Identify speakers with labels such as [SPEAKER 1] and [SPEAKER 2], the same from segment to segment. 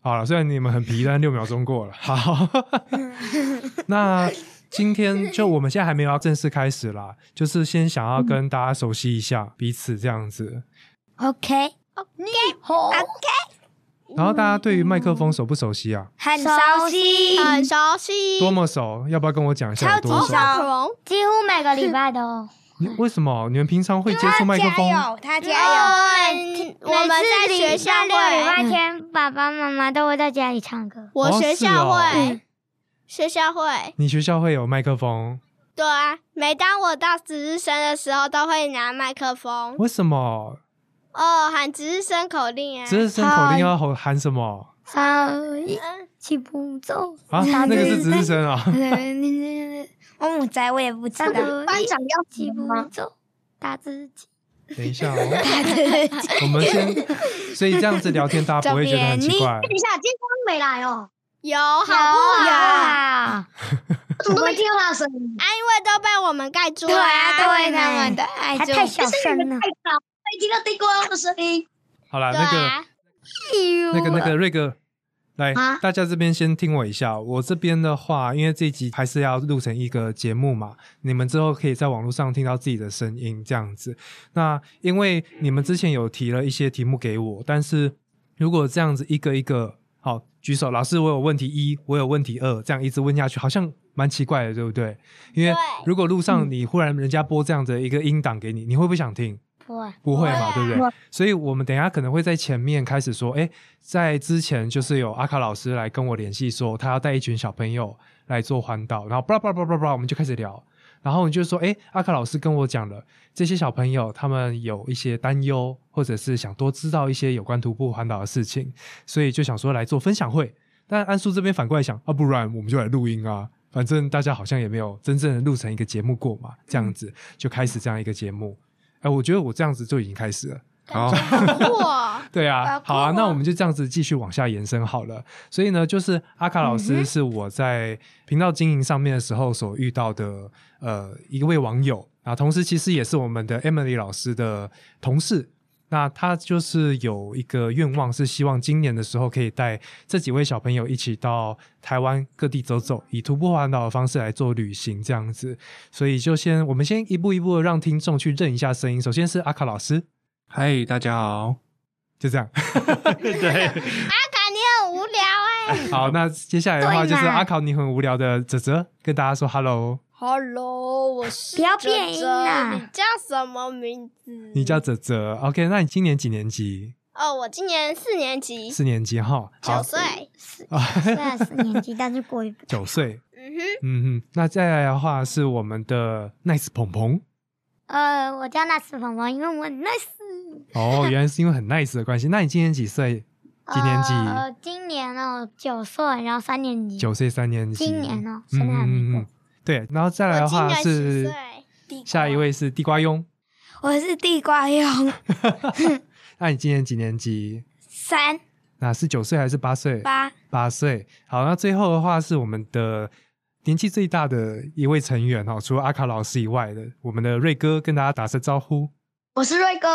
[SPEAKER 1] 好了，虽然你们很皮，但六秒钟过了。好，那今天就我们现在还没有要正式开始啦，就是先想要跟大家熟悉一下彼此这样子。
[SPEAKER 2] OK，啊
[SPEAKER 3] 你好，嗯
[SPEAKER 1] 然后大家对于麦克风熟不熟悉啊？
[SPEAKER 2] 很熟悉，
[SPEAKER 3] 很熟悉，
[SPEAKER 1] 多么熟？要不要跟我讲一下有多
[SPEAKER 2] 超级
[SPEAKER 1] 熟
[SPEAKER 2] 熟？
[SPEAKER 3] 容，
[SPEAKER 4] 哦
[SPEAKER 2] 几乎每个礼 拜都。
[SPEAKER 1] 你为什么你们平常会接触麦克
[SPEAKER 4] 哎
[SPEAKER 1] 风？哦
[SPEAKER 3] 他
[SPEAKER 2] 加
[SPEAKER 3] 油
[SPEAKER 2] 嗯每
[SPEAKER 3] 我们在
[SPEAKER 2] 次
[SPEAKER 3] 学
[SPEAKER 2] 礼
[SPEAKER 3] 校
[SPEAKER 2] 拜
[SPEAKER 4] 哎
[SPEAKER 2] 六礼拜
[SPEAKER 4] 嗯
[SPEAKER 3] 会，
[SPEAKER 2] 天，爸爸妈妈都会在家里唱歌。
[SPEAKER 3] 我
[SPEAKER 1] 哦
[SPEAKER 3] 学
[SPEAKER 1] 是
[SPEAKER 3] 校
[SPEAKER 1] 哦
[SPEAKER 3] 会，学校会，
[SPEAKER 1] 你学校会有麦克风？
[SPEAKER 3] 对啊，每当我到值日生的时候，都会拿麦克风，
[SPEAKER 1] 为什么？
[SPEAKER 3] 哦，喊值日生口令 啊，
[SPEAKER 1] 值日生口令要吼喊什么
[SPEAKER 2] 三起步走，
[SPEAKER 1] 啊？那个是值日生 啊。
[SPEAKER 2] 我母仔我也不知
[SPEAKER 5] 那个班长要
[SPEAKER 2] 起
[SPEAKER 5] 急
[SPEAKER 2] 步
[SPEAKER 5] 吗？
[SPEAKER 2] 走，打自己。
[SPEAKER 1] 等一下、哦，我们先，所以这样子聊天，大家不会觉得很奇 怪。
[SPEAKER 5] 等一下，今天光没来哦，
[SPEAKER 3] 有好不好？啊，
[SPEAKER 2] 啊，
[SPEAKER 5] 我怎么都没听到他的声音？
[SPEAKER 3] 因为都被我们盖住嗯了，
[SPEAKER 2] 对啊对呢
[SPEAKER 3] 那么的
[SPEAKER 4] 哎
[SPEAKER 3] 爱
[SPEAKER 2] 还
[SPEAKER 3] 住，
[SPEAKER 2] 太小
[SPEAKER 5] 是你
[SPEAKER 2] 声
[SPEAKER 5] 们
[SPEAKER 2] 了
[SPEAKER 5] 太。吵，没听到叮咣的声音。
[SPEAKER 1] 好啦，
[SPEAKER 3] 对
[SPEAKER 1] 那个
[SPEAKER 3] 啊，
[SPEAKER 2] 哎
[SPEAKER 1] 那个那个瑞哥，来，
[SPEAKER 5] 啊
[SPEAKER 1] 大家这边先听我一下。我这边的话，因为这一集还是要录成一个节目嘛，你们之后可以在网络上听到自己的声音这样子。那因为你们之前有提了一些题目给我，但是如果这样子一个一个好举手，老师我有问题一，我有问题二，这样一直问下去，好像蛮奇怪的，对不对？因为
[SPEAKER 3] 对
[SPEAKER 1] 如果路上你忽然人家播这样的一个音档给你，你会不会想听？
[SPEAKER 2] 不会，
[SPEAKER 1] 不会
[SPEAKER 3] 不会
[SPEAKER 1] 嘛，
[SPEAKER 3] 啊
[SPEAKER 1] 对不对？所以我们等一下可能会在前面开始说，哎，在之前就是有阿卡老师来跟我联系说，他要带一群小朋友来做环岛，然后巴拉巴拉巴拉巴拉巴拉，我们就开始聊。然后你就说，哎，阿卡老师跟我讲了，这些小朋友他们有一些担忧，或者是想多知道一些有关徒步环岛的事情，所以就想说来做分享会。但安叔这边反过来想，啊，不然我们就来录音啊，反正大家好像也没有真正的录成一个节目过嘛，这样子就开始这样一个节目。哎、我觉得我这样子就已经开始了。好，
[SPEAKER 3] 哇，
[SPEAKER 1] 对啊
[SPEAKER 3] 啊，
[SPEAKER 1] 好啊，
[SPEAKER 3] 酷啊
[SPEAKER 1] 那我们就这样子继续往下延伸好了。所以呢，就是阿卡老师是我在频道经营上面的时候所遇到的呃一位网友啊，同时其实也是我们的 Emily 老师的同事。那他就是有一个愿望，是希望今年的时候可以带这几位小朋友一起到台湾各地走走，以徒步环岛的方式来做旅行这样子。所以就先我们先一步一步的让听众去认一下声音。首先是阿卡老师，
[SPEAKER 6] 嗨，大家好。
[SPEAKER 1] 就这样。
[SPEAKER 6] 对，
[SPEAKER 3] 阿卡你很无聊
[SPEAKER 2] 啊
[SPEAKER 3] 哎
[SPEAKER 1] 好，那接下来的话
[SPEAKER 2] 对
[SPEAKER 1] 就
[SPEAKER 2] 嘛
[SPEAKER 1] 是阿考，你很无聊的泽泽跟大家说 hello，
[SPEAKER 3] ，Hello，我是
[SPEAKER 2] 不要变音啊
[SPEAKER 3] 哲哲你叫什么名字？
[SPEAKER 1] 你叫泽泽，OK，那你今年几年级？
[SPEAKER 3] 哦，我今年四年级，
[SPEAKER 1] 四年级哈，
[SPEAKER 3] 九
[SPEAKER 1] 好
[SPEAKER 3] 岁，
[SPEAKER 2] 虽然四年级，但是国语不
[SPEAKER 1] 九岁，
[SPEAKER 3] 嗯哼，
[SPEAKER 1] 嗯哼，那再来的话是我们的 nice 鹏鹏，
[SPEAKER 2] 呃，我叫那斯鹏鹏，因为我很 nice。
[SPEAKER 1] 哦，原来是因为很 nice 的关系，那你今年几岁？几年级？
[SPEAKER 2] 呃，今年哦，九岁，然后三年级。
[SPEAKER 1] 九岁，三年级。
[SPEAKER 2] 今年哦
[SPEAKER 1] 嗯
[SPEAKER 2] 现在还没过
[SPEAKER 1] 对，然后再来的
[SPEAKER 3] 我今
[SPEAKER 1] 话
[SPEAKER 3] 年十
[SPEAKER 1] 是
[SPEAKER 3] 岁。
[SPEAKER 1] 下一位是地瓜庸，
[SPEAKER 2] 我是地瓜用
[SPEAKER 1] 那你今年几年级？
[SPEAKER 2] 三
[SPEAKER 1] 那是九岁还是八岁？
[SPEAKER 2] 八，
[SPEAKER 1] 八岁。好，那最后的话是我们的年纪最大的一位成员哦，除了阿卡老师以外的，我们的瑞哥跟大家打声招呼。
[SPEAKER 5] 我是瑞哥，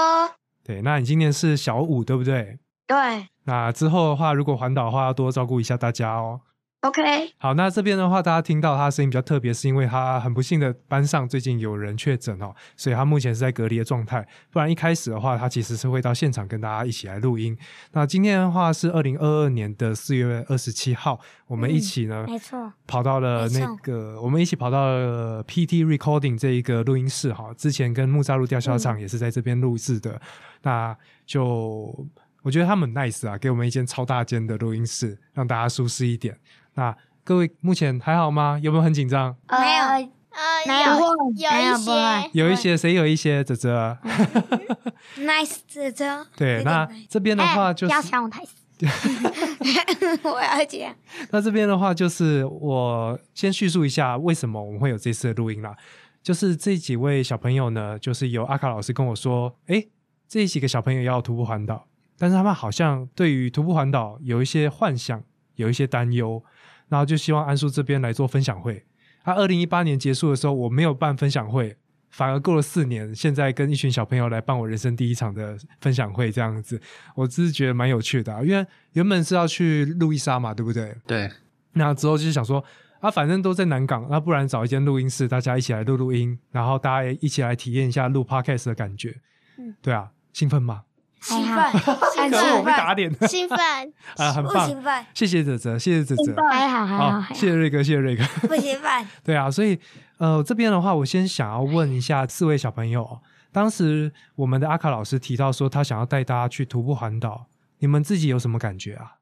[SPEAKER 1] 对，那你今年是小五对不对？
[SPEAKER 5] 对
[SPEAKER 1] 那之后的话，如果环岛的话，要多照顾一下大家哦。
[SPEAKER 5] ，OK，
[SPEAKER 1] 好，那这边的话，大家听到他的声音比较特别，是因为他很不幸的班上最近有人确诊哦，所以他目前是在隔离的状态。不然一开始的话，他其实是会到现场跟大家一起来录音。那今天的话是二零二二年的四月二十七号，我们一起呢，
[SPEAKER 2] 嗯没错，
[SPEAKER 1] 跑到了
[SPEAKER 2] 没
[SPEAKER 1] 那
[SPEAKER 2] 错
[SPEAKER 1] 个，我们一起跑到了 PT Recording 这一个录音室哈。之前跟木栅路吊销厂
[SPEAKER 2] 嗯
[SPEAKER 1] 也是在这边录制的，那就我觉得他们很 nice 啊，给我们一间超大间的录音室，让大家舒适一点。那各位目前还好吗？有没有很紧张？
[SPEAKER 3] 没有
[SPEAKER 2] 呃
[SPEAKER 3] 呃，
[SPEAKER 2] 没有
[SPEAKER 3] 有
[SPEAKER 2] 没有
[SPEAKER 3] 一
[SPEAKER 2] 不会
[SPEAKER 3] 些
[SPEAKER 1] 有一
[SPEAKER 2] 哎
[SPEAKER 1] 些谁有一些泽 泽？
[SPEAKER 2] ，nice 姐姐。
[SPEAKER 1] 对，那这边的话就是
[SPEAKER 2] 哎不要抢 我台词。我要讲，
[SPEAKER 1] 那这边的话，就是我先叙述一下为什么我们会有这次的录音啦。就是这几位小朋友呢，就是由阿卡老师跟我说，诶，这几个小朋友要徒步环岛，但是他们好像对于徒步环岛有一些幻想，有一些担忧，然啊后就希望安叔这边来做分享会。他二零一八年结束的时候，我没有办分享会，反而过了四年，现在跟一群小朋友来办我人生第一场的分享会，这样子，我只是觉得蛮有趣的、啊，因为原本是要去路易莎嘛，对不对？
[SPEAKER 6] 对，
[SPEAKER 1] 那之后就是想说，啊，反正都在南港，那不然找一间录音室，大家一起来录录音，然后大家也一起来体验一下录 podcast 的感觉。
[SPEAKER 2] 嗯
[SPEAKER 1] 对啊，兴奋吗？
[SPEAKER 4] 兴
[SPEAKER 2] 还
[SPEAKER 4] 奋，
[SPEAKER 1] 哎
[SPEAKER 4] 很
[SPEAKER 1] 可
[SPEAKER 4] 兴
[SPEAKER 1] 恶我
[SPEAKER 4] 奋
[SPEAKER 1] 被，打脸
[SPEAKER 3] 兴奋，
[SPEAKER 1] 啊，很
[SPEAKER 4] 不
[SPEAKER 1] 棒，
[SPEAKER 4] 兴奋，
[SPEAKER 1] 谢谢泽泽，谢谢泽泽，
[SPEAKER 2] 还好还好
[SPEAKER 1] 哎好，
[SPEAKER 2] 还好
[SPEAKER 1] 谢。谢瑞哥，谢谢瑞哥。
[SPEAKER 4] 不兴奋，
[SPEAKER 1] 对啊，所以呃，这边的话，我先想要问一下四位小朋友，当时我们的阿卡老师提到说，他想要带大家去徒步环岛，你们自己有什么感觉啊？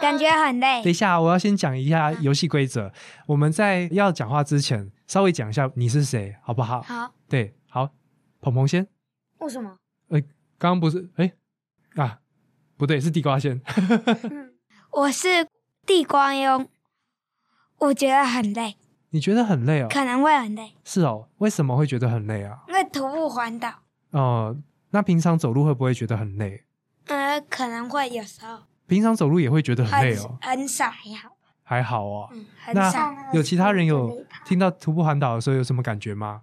[SPEAKER 4] 感觉很累
[SPEAKER 1] 等一。下，我要先讲一下游戏规则。我们在要讲话之前，稍微讲一下你是谁，好不好？
[SPEAKER 4] 好，
[SPEAKER 1] 对，好，鹏鹏先。
[SPEAKER 4] 为什么？
[SPEAKER 1] 刚刚不是哎啊，不对，是地瓜先。
[SPEAKER 4] 我是地瓜庸，我觉得很累，
[SPEAKER 1] 你觉得很累哦？
[SPEAKER 4] 可能会很累，
[SPEAKER 1] 是哦，为什么会觉得很累啊？
[SPEAKER 4] 因为徒步环岛，
[SPEAKER 1] 哦、那平常走路会不会觉得很累？
[SPEAKER 4] 呃，可能会有时候
[SPEAKER 1] 平常走路也会觉得很累
[SPEAKER 4] 很
[SPEAKER 1] 哦，
[SPEAKER 4] 很少，
[SPEAKER 1] 还好哦。
[SPEAKER 4] 嗯，很少。
[SPEAKER 1] 那有其他人有听到徒步环岛的时候有什么感觉吗？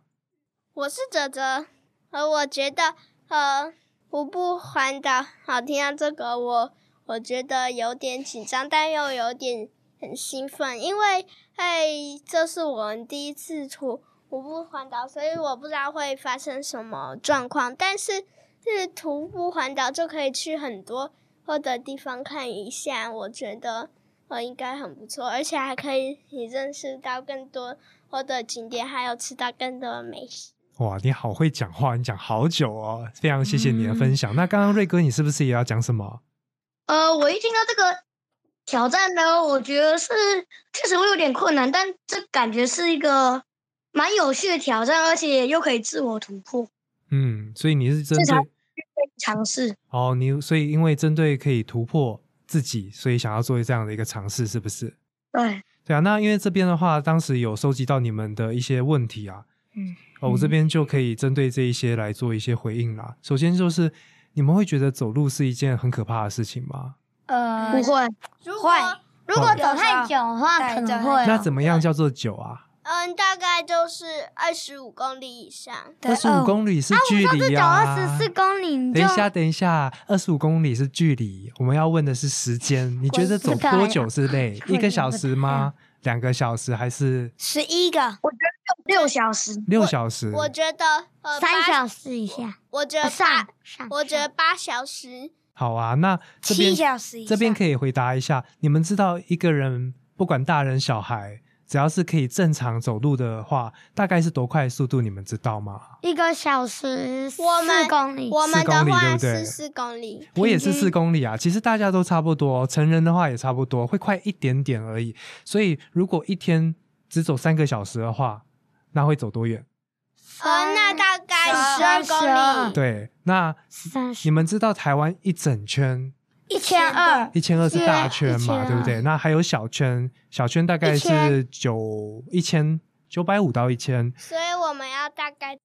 [SPEAKER 3] 我是哲哲，呃，我觉得呃，徒步环岛，好听到这个我我觉得有点紧张，但又有点很兴奋，因为哎，这是我们第一次徒徒步环岛，所以我不知道会发生什么状况，但是是徒步环岛就可以去很多或的地方看一下，我觉得。呃，应该很不错，而且还可以你认识到更多或的景点，还有吃到更多的美食。
[SPEAKER 1] 哇，你好会讲话，你讲好久哦，非常谢谢你的分
[SPEAKER 4] 嗯
[SPEAKER 1] 享。那刚刚瑞哥，你是不是也要讲什么？
[SPEAKER 5] 呃，我一听到这个挑战呢，我觉得是确实会有点困难，但这感觉是一个蛮有趣的挑战，而且又可以自我突破，
[SPEAKER 1] 嗯，所以你是针
[SPEAKER 5] 这才
[SPEAKER 1] 对
[SPEAKER 5] 可以尝试。
[SPEAKER 1] 哦，你所以因为针对可以突破自己，所以想要做这样的一个尝试，是不是？
[SPEAKER 5] 对，
[SPEAKER 1] 对啊，那因为这边的话，当时有收集到你们的一些问题啊，
[SPEAKER 4] 嗯，
[SPEAKER 1] 哦，我这边就可以针对这一些来做一些回应啦。首先就是，你们会觉得走路是一件很可怕的事情吗？
[SPEAKER 4] 呃
[SPEAKER 5] 不会，
[SPEAKER 3] 如
[SPEAKER 4] 会
[SPEAKER 3] 果
[SPEAKER 2] 如果走太久的话，可能会
[SPEAKER 4] 对
[SPEAKER 1] 那
[SPEAKER 2] 哦。
[SPEAKER 1] 怎么样叫做久啊？
[SPEAKER 3] 嗯，大概就是二十五公里以上。
[SPEAKER 4] 对
[SPEAKER 1] 二十五
[SPEAKER 4] 哦
[SPEAKER 1] 公里是距
[SPEAKER 2] 是
[SPEAKER 1] 离
[SPEAKER 2] 走
[SPEAKER 1] 呀、
[SPEAKER 2] 二十四公里，你
[SPEAKER 1] 啊等
[SPEAKER 2] 就
[SPEAKER 1] 一下，等一下，二十五公里是距离，我们要问的是时间。你觉得走多久是累？
[SPEAKER 2] 我
[SPEAKER 1] 一个小时吗？两个小时还是
[SPEAKER 4] 十一个，
[SPEAKER 5] 六小时。
[SPEAKER 1] 六小时？
[SPEAKER 3] 我觉得呃，
[SPEAKER 2] 三
[SPEAKER 3] 八，
[SPEAKER 2] 小时以下
[SPEAKER 3] 我
[SPEAKER 5] 啊
[SPEAKER 3] 觉得
[SPEAKER 2] 上
[SPEAKER 3] 八，
[SPEAKER 2] 上。
[SPEAKER 3] 我觉得八小时。
[SPEAKER 1] 好啊，那这
[SPEAKER 4] 七
[SPEAKER 1] 边
[SPEAKER 4] 小时以上。
[SPEAKER 1] 这边可以回答一下，你们知道一个人不管大人小孩，只要是可以正常走路的话，大概是多快的速度？你们知道吗？
[SPEAKER 2] 一个小时
[SPEAKER 3] 我们
[SPEAKER 2] 四公里，
[SPEAKER 3] 我们的话
[SPEAKER 1] 对不对
[SPEAKER 3] 是四公里，
[SPEAKER 1] 我也是
[SPEAKER 2] 平均
[SPEAKER 1] 四公里啊，其实大家都差不多，成人的话也差不多，会快一点点而已。所以如果一天只走三个小时的话，那会走多远？
[SPEAKER 3] 呃，那大概十二
[SPEAKER 2] 十
[SPEAKER 3] 公
[SPEAKER 2] 二
[SPEAKER 3] 里。
[SPEAKER 1] 对，那
[SPEAKER 2] 三十
[SPEAKER 1] 你们知道台湾一整圈
[SPEAKER 4] 一千二，
[SPEAKER 1] 一千二是大圈嘛，
[SPEAKER 2] 1200
[SPEAKER 1] 对不对？那还有小圈，小圈大概是九一千九百五到一千。
[SPEAKER 3] 所以我们要大概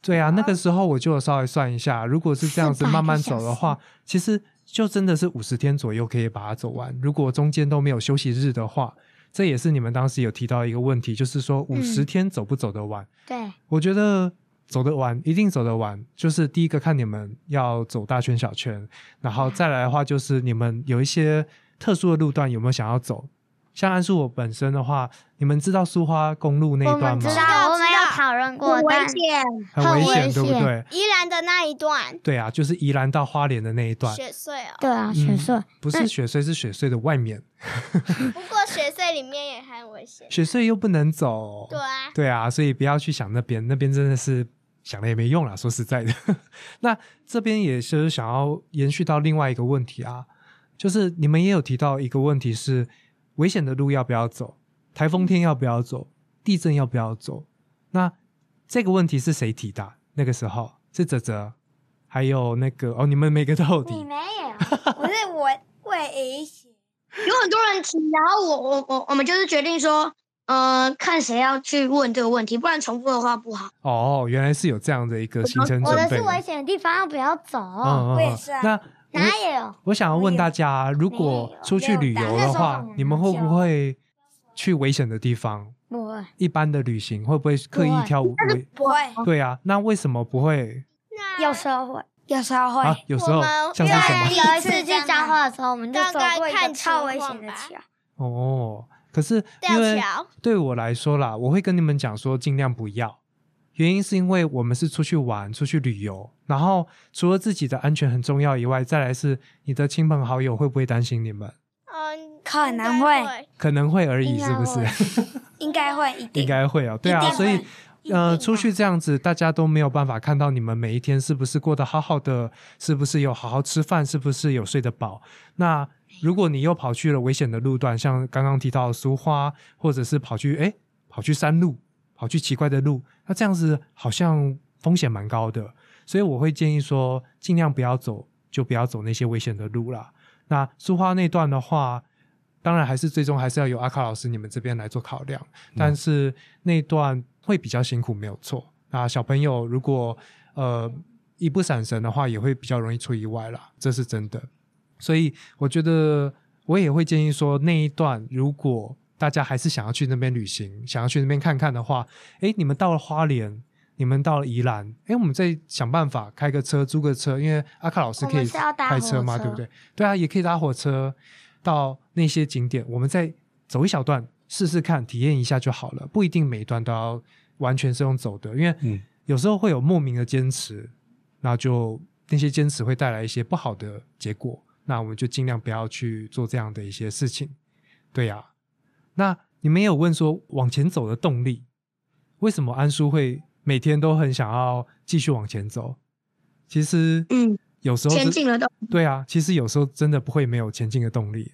[SPEAKER 1] 对啊，那个时候我就有稍微算一下，如果是这样子
[SPEAKER 2] 400
[SPEAKER 1] 慢慢走的话，其实就真的是五十天左右可以把它走完。如果中间都没有休息日的话，这也是你们当时有提到一个问题，就是说五十天走不走得完？
[SPEAKER 2] 对，
[SPEAKER 1] 我觉得走得完，一定走得完。就是第一个看你们要走大圈小圈，然后再来的话就是你们有一些特殊的路段有没有想要走？像安叔我本身的话，你们知道苏花公路那
[SPEAKER 2] 我
[SPEAKER 1] 一段
[SPEAKER 2] 们
[SPEAKER 1] 吗
[SPEAKER 2] 知？
[SPEAKER 3] 道
[SPEAKER 2] 道，我们有
[SPEAKER 3] 知道
[SPEAKER 2] 讨论过
[SPEAKER 5] 很，危
[SPEAKER 2] 但
[SPEAKER 5] 险，
[SPEAKER 1] 很
[SPEAKER 2] 很
[SPEAKER 1] 危
[SPEAKER 2] 危
[SPEAKER 1] 险，对不
[SPEAKER 2] 险
[SPEAKER 1] 对？
[SPEAKER 3] 宜兰的那一段
[SPEAKER 1] 对啊，就是宜兰到花莲的那一段，
[SPEAKER 3] 雪隧哦。
[SPEAKER 2] 对啊，学
[SPEAKER 1] 嗯
[SPEAKER 2] 硕
[SPEAKER 1] 不是雪隧，是雪隧的外面，
[SPEAKER 3] 不过雪隧里面也很危险。
[SPEAKER 1] 雪隧又不能走。
[SPEAKER 3] 对啊，
[SPEAKER 1] 对啊，所以不要去想那边，那边真的是想了也没用啦。说实在的， 那这边也是想要延续到另外一个问题啊，就是你们也有提到一个问题是危险的路要不要走，台风天要不要走，地震要不要走？那这个问题是谁提的啊？那个时候是泽泽，还有那个哦，你们每个都有提。
[SPEAKER 2] 没有，
[SPEAKER 4] 不是我魏一起。
[SPEAKER 5] 有很多人提，然后我我我我们就是决定说，呃，看谁要去问这个问题，不然重复的话不好。
[SPEAKER 1] 哦，原来是有这样的一个行程
[SPEAKER 2] 我
[SPEAKER 1] 准
[SPEAKER 2] 的
[SPEAKER 1] 备。
[SPEAKER 2] 是危险的哦地方，要不要走？
[SPEAKER 1] 嗯嗯
[SPEAKER 4] 我也
[SPEAKER 1] 嗯
[SPEAKER 4] 是啊
[SPEAKER 1] 那
[SPEAKER 2] 哪有？
[SPEAKER 1] 我想要问大家，如果出去旅游的话
[SPEAKER 2] 没有，
[SPEAKER 1] 你们会不会去危险的地方？
[SPEAKER 2] 不会，
[SPEAKER 1] 一般的旅行会不会刻意挑五？
[SPEAKER 4] 不会，
[SPEAKER 3] 哦
[SPEAKER 1] 对啊，那为什么不会
[SPEAKER 3] 那
[SPEAKER 2] 有时候会。
[SPEAKER 4] 有时候
[SPEAKER 1] 啊
[SPEAKER 4] 会？。
[SPEAKER 1] 有时候
[SPEAKER 3] 我们
[SPEAKER 1] 像是什
[SPEAKER 2] 第
[SPEAKER 1] 么
[SPEAKER 3] 会
[SPEAKER 2] 一次去彰化的时候，我们就走
[SPEAKER 3] 大
[SPEAKER 2] 过
[SPEAKER 3] 概
[SPEAKER 2] 一个
[SPEAKER 3] 看
[SPEAKER 2] 超
[SPEAKER 3] 情
[SPEAKER 2] 危
[SPEAKER 3] 况
[SPEAKER 2] 险的
[SPEAKER 3] 吧
[SPEAKER 2] 桥，
[SPEAKER 1] 哦，可是
[SPEAKER 3] 吊
[SPEAKER 1] 因为
[SPEAKER 3] 桥
[SPEAKER 1] 对我来说啦，我会跟你们讲说尽量不要，原因是因为我们是出去玩、出去旅游，然后除了自己的安全很重要以外，再来是你的亲朋好友会不会担心你们？
[SPEAKER 3] 嗯，
[SPEAKER 4] 可
[SPEAKER 3] 应
[SPEAKER 4] 能
[SPEAKER 3] 该
[SPEAKER 4] 会
[SPEAKER 3] 会。
[SPEAKER 1] 可能会而已，
[SPEAKER 2] 应该
[SPEAKER 1] 是不是？
[SPEAKER 4] 应该会一定
[SPEAKER 1] 应该会哦，对啊，
[SPEAKER 4] 定
[SPEAKER 1] 所以
[SPEAKER 4] 会
[SPEAKER 1] 呃，
[SPEAKER 4] 一定
[SPEAKER 1] 出去这样子，大家都没有办法看到你们每一天是不是过得好好的，是不是有好好吃饭，是不是有睡得饱。那如果你又跑去了危险的路段，像刚刚提到的苏花，或者是跑去诶跑去山路，跑去奇怪的路，那这样子好像风险蛮高的。所以我会建议说，尽量不要走，就不要走那些危险的路啦。那苏花那段的话，当然还是最终还是要由阿卡老师你们这边来做考量，但是那段会比较辛苦，没有错。那小朋友如果呃一不闪神的话，也会比较容易出意外啦，这是真的。所以我觉得我也会建议说，那一段如果大家还是想要去那边旅行，想要去那边看看的话，诶，你们到了花莲。你们到了宜兰，诶，我们再想办法开个车，租个车，因为阿卡老师
[SPEAKER 2] 我
[SPEAKER 1] 可
[SPEAKER 2] 们
[SPEAKER 1] 以
[SPEAKER 2] 是要搭
[SPEAKER 1] 开车
[SPEAKER 2] 火
[SPEAKER 1] 嘛，
[SPEAKER 2] 车
[SPEAKER 1] 对不对？对啊，也可以搭火车到那些景点，我们再走一小段试试看，体验一下就好了，不一定每一段都要完全是用走的，因为
[SPEAKER 6] 嗯
[SPEAKER 1] 有时候会有莫名的坚持，那就那些坚持会带来一些不好的结果，那我们就尽量不要去做这样的一些事情。对呀、那你们也有问说往前走的动力，为什么安叔会每天都很想要继续往前走？其实，
[SPEAKER 5] 嗯，
[SPEAKER 1] 有时候
[SPEAKER 5] 前
[SPEAKER 1] 是
[SPEAKER 5] 进的动力
[SPEAKER 1] 对啊，其实有时候真的不会没有前进的动力。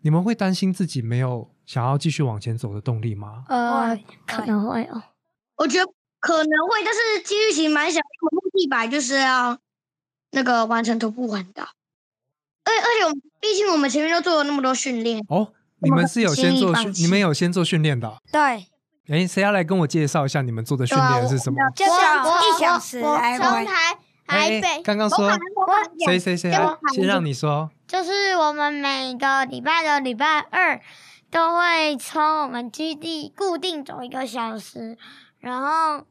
[SPEAKER 1] 你们会担心自己没有想要继续往前走的动力吗？
[SPEAKER 2] 呃
[SPEAKER 4] 会，
[SPEAKER 2] 可能会哦。
[SPEAKER 5] 我觉得可能会，但是几率其实蛮小，因为我们目的吧就是要那个完成徒步环岛。而而且我们毕竟我们前面都做了那么多训练，
[SPEAKER 1] 哦，你们是有先做
[SPEAKER 5] 我很
[SPEAKER 1] 训，
[SPEAKER 5] 轻易放弃
[SPEAKER 1] 你们有先做训练的啊。
[SPEAKER 4] 对，
[SPEAKER 1] 诶，谁要来跟我介绍一下你们做的训练是什么？
[SPEAKER 5] 哦
[SPEAKER 4] 就
[SPEAKER 3] 我
[SPEAKER 4] 是
[SPEAKER 3] 我
[SPEAKER 4] 一小时
[SPEAKER 3] 我
[SPEAKER 4] 来
[SPEAKER 3] 从
[SPEAKER 4] 回。
[SPEAKER 3] 台
[SPEAKER 1] 诶
[SPEAKER 3] 台北
[SPEAKER 1] 哎刚刚说
[SPEAKER 5] 我
[SPEAKER 1] 谁谁谁
[SPEAKER 5] 跟
[SPEAKER 1] 来
[SPEAKER 5] 我喊一
[SPEAKER 1] 啊先
[SPEAKER 5] 下
[SPEAKER 1] 让你说。
[SPEAKER 2] 就是我们每个礼拜的礼拜二都会从我们基地固定走一个小时，然后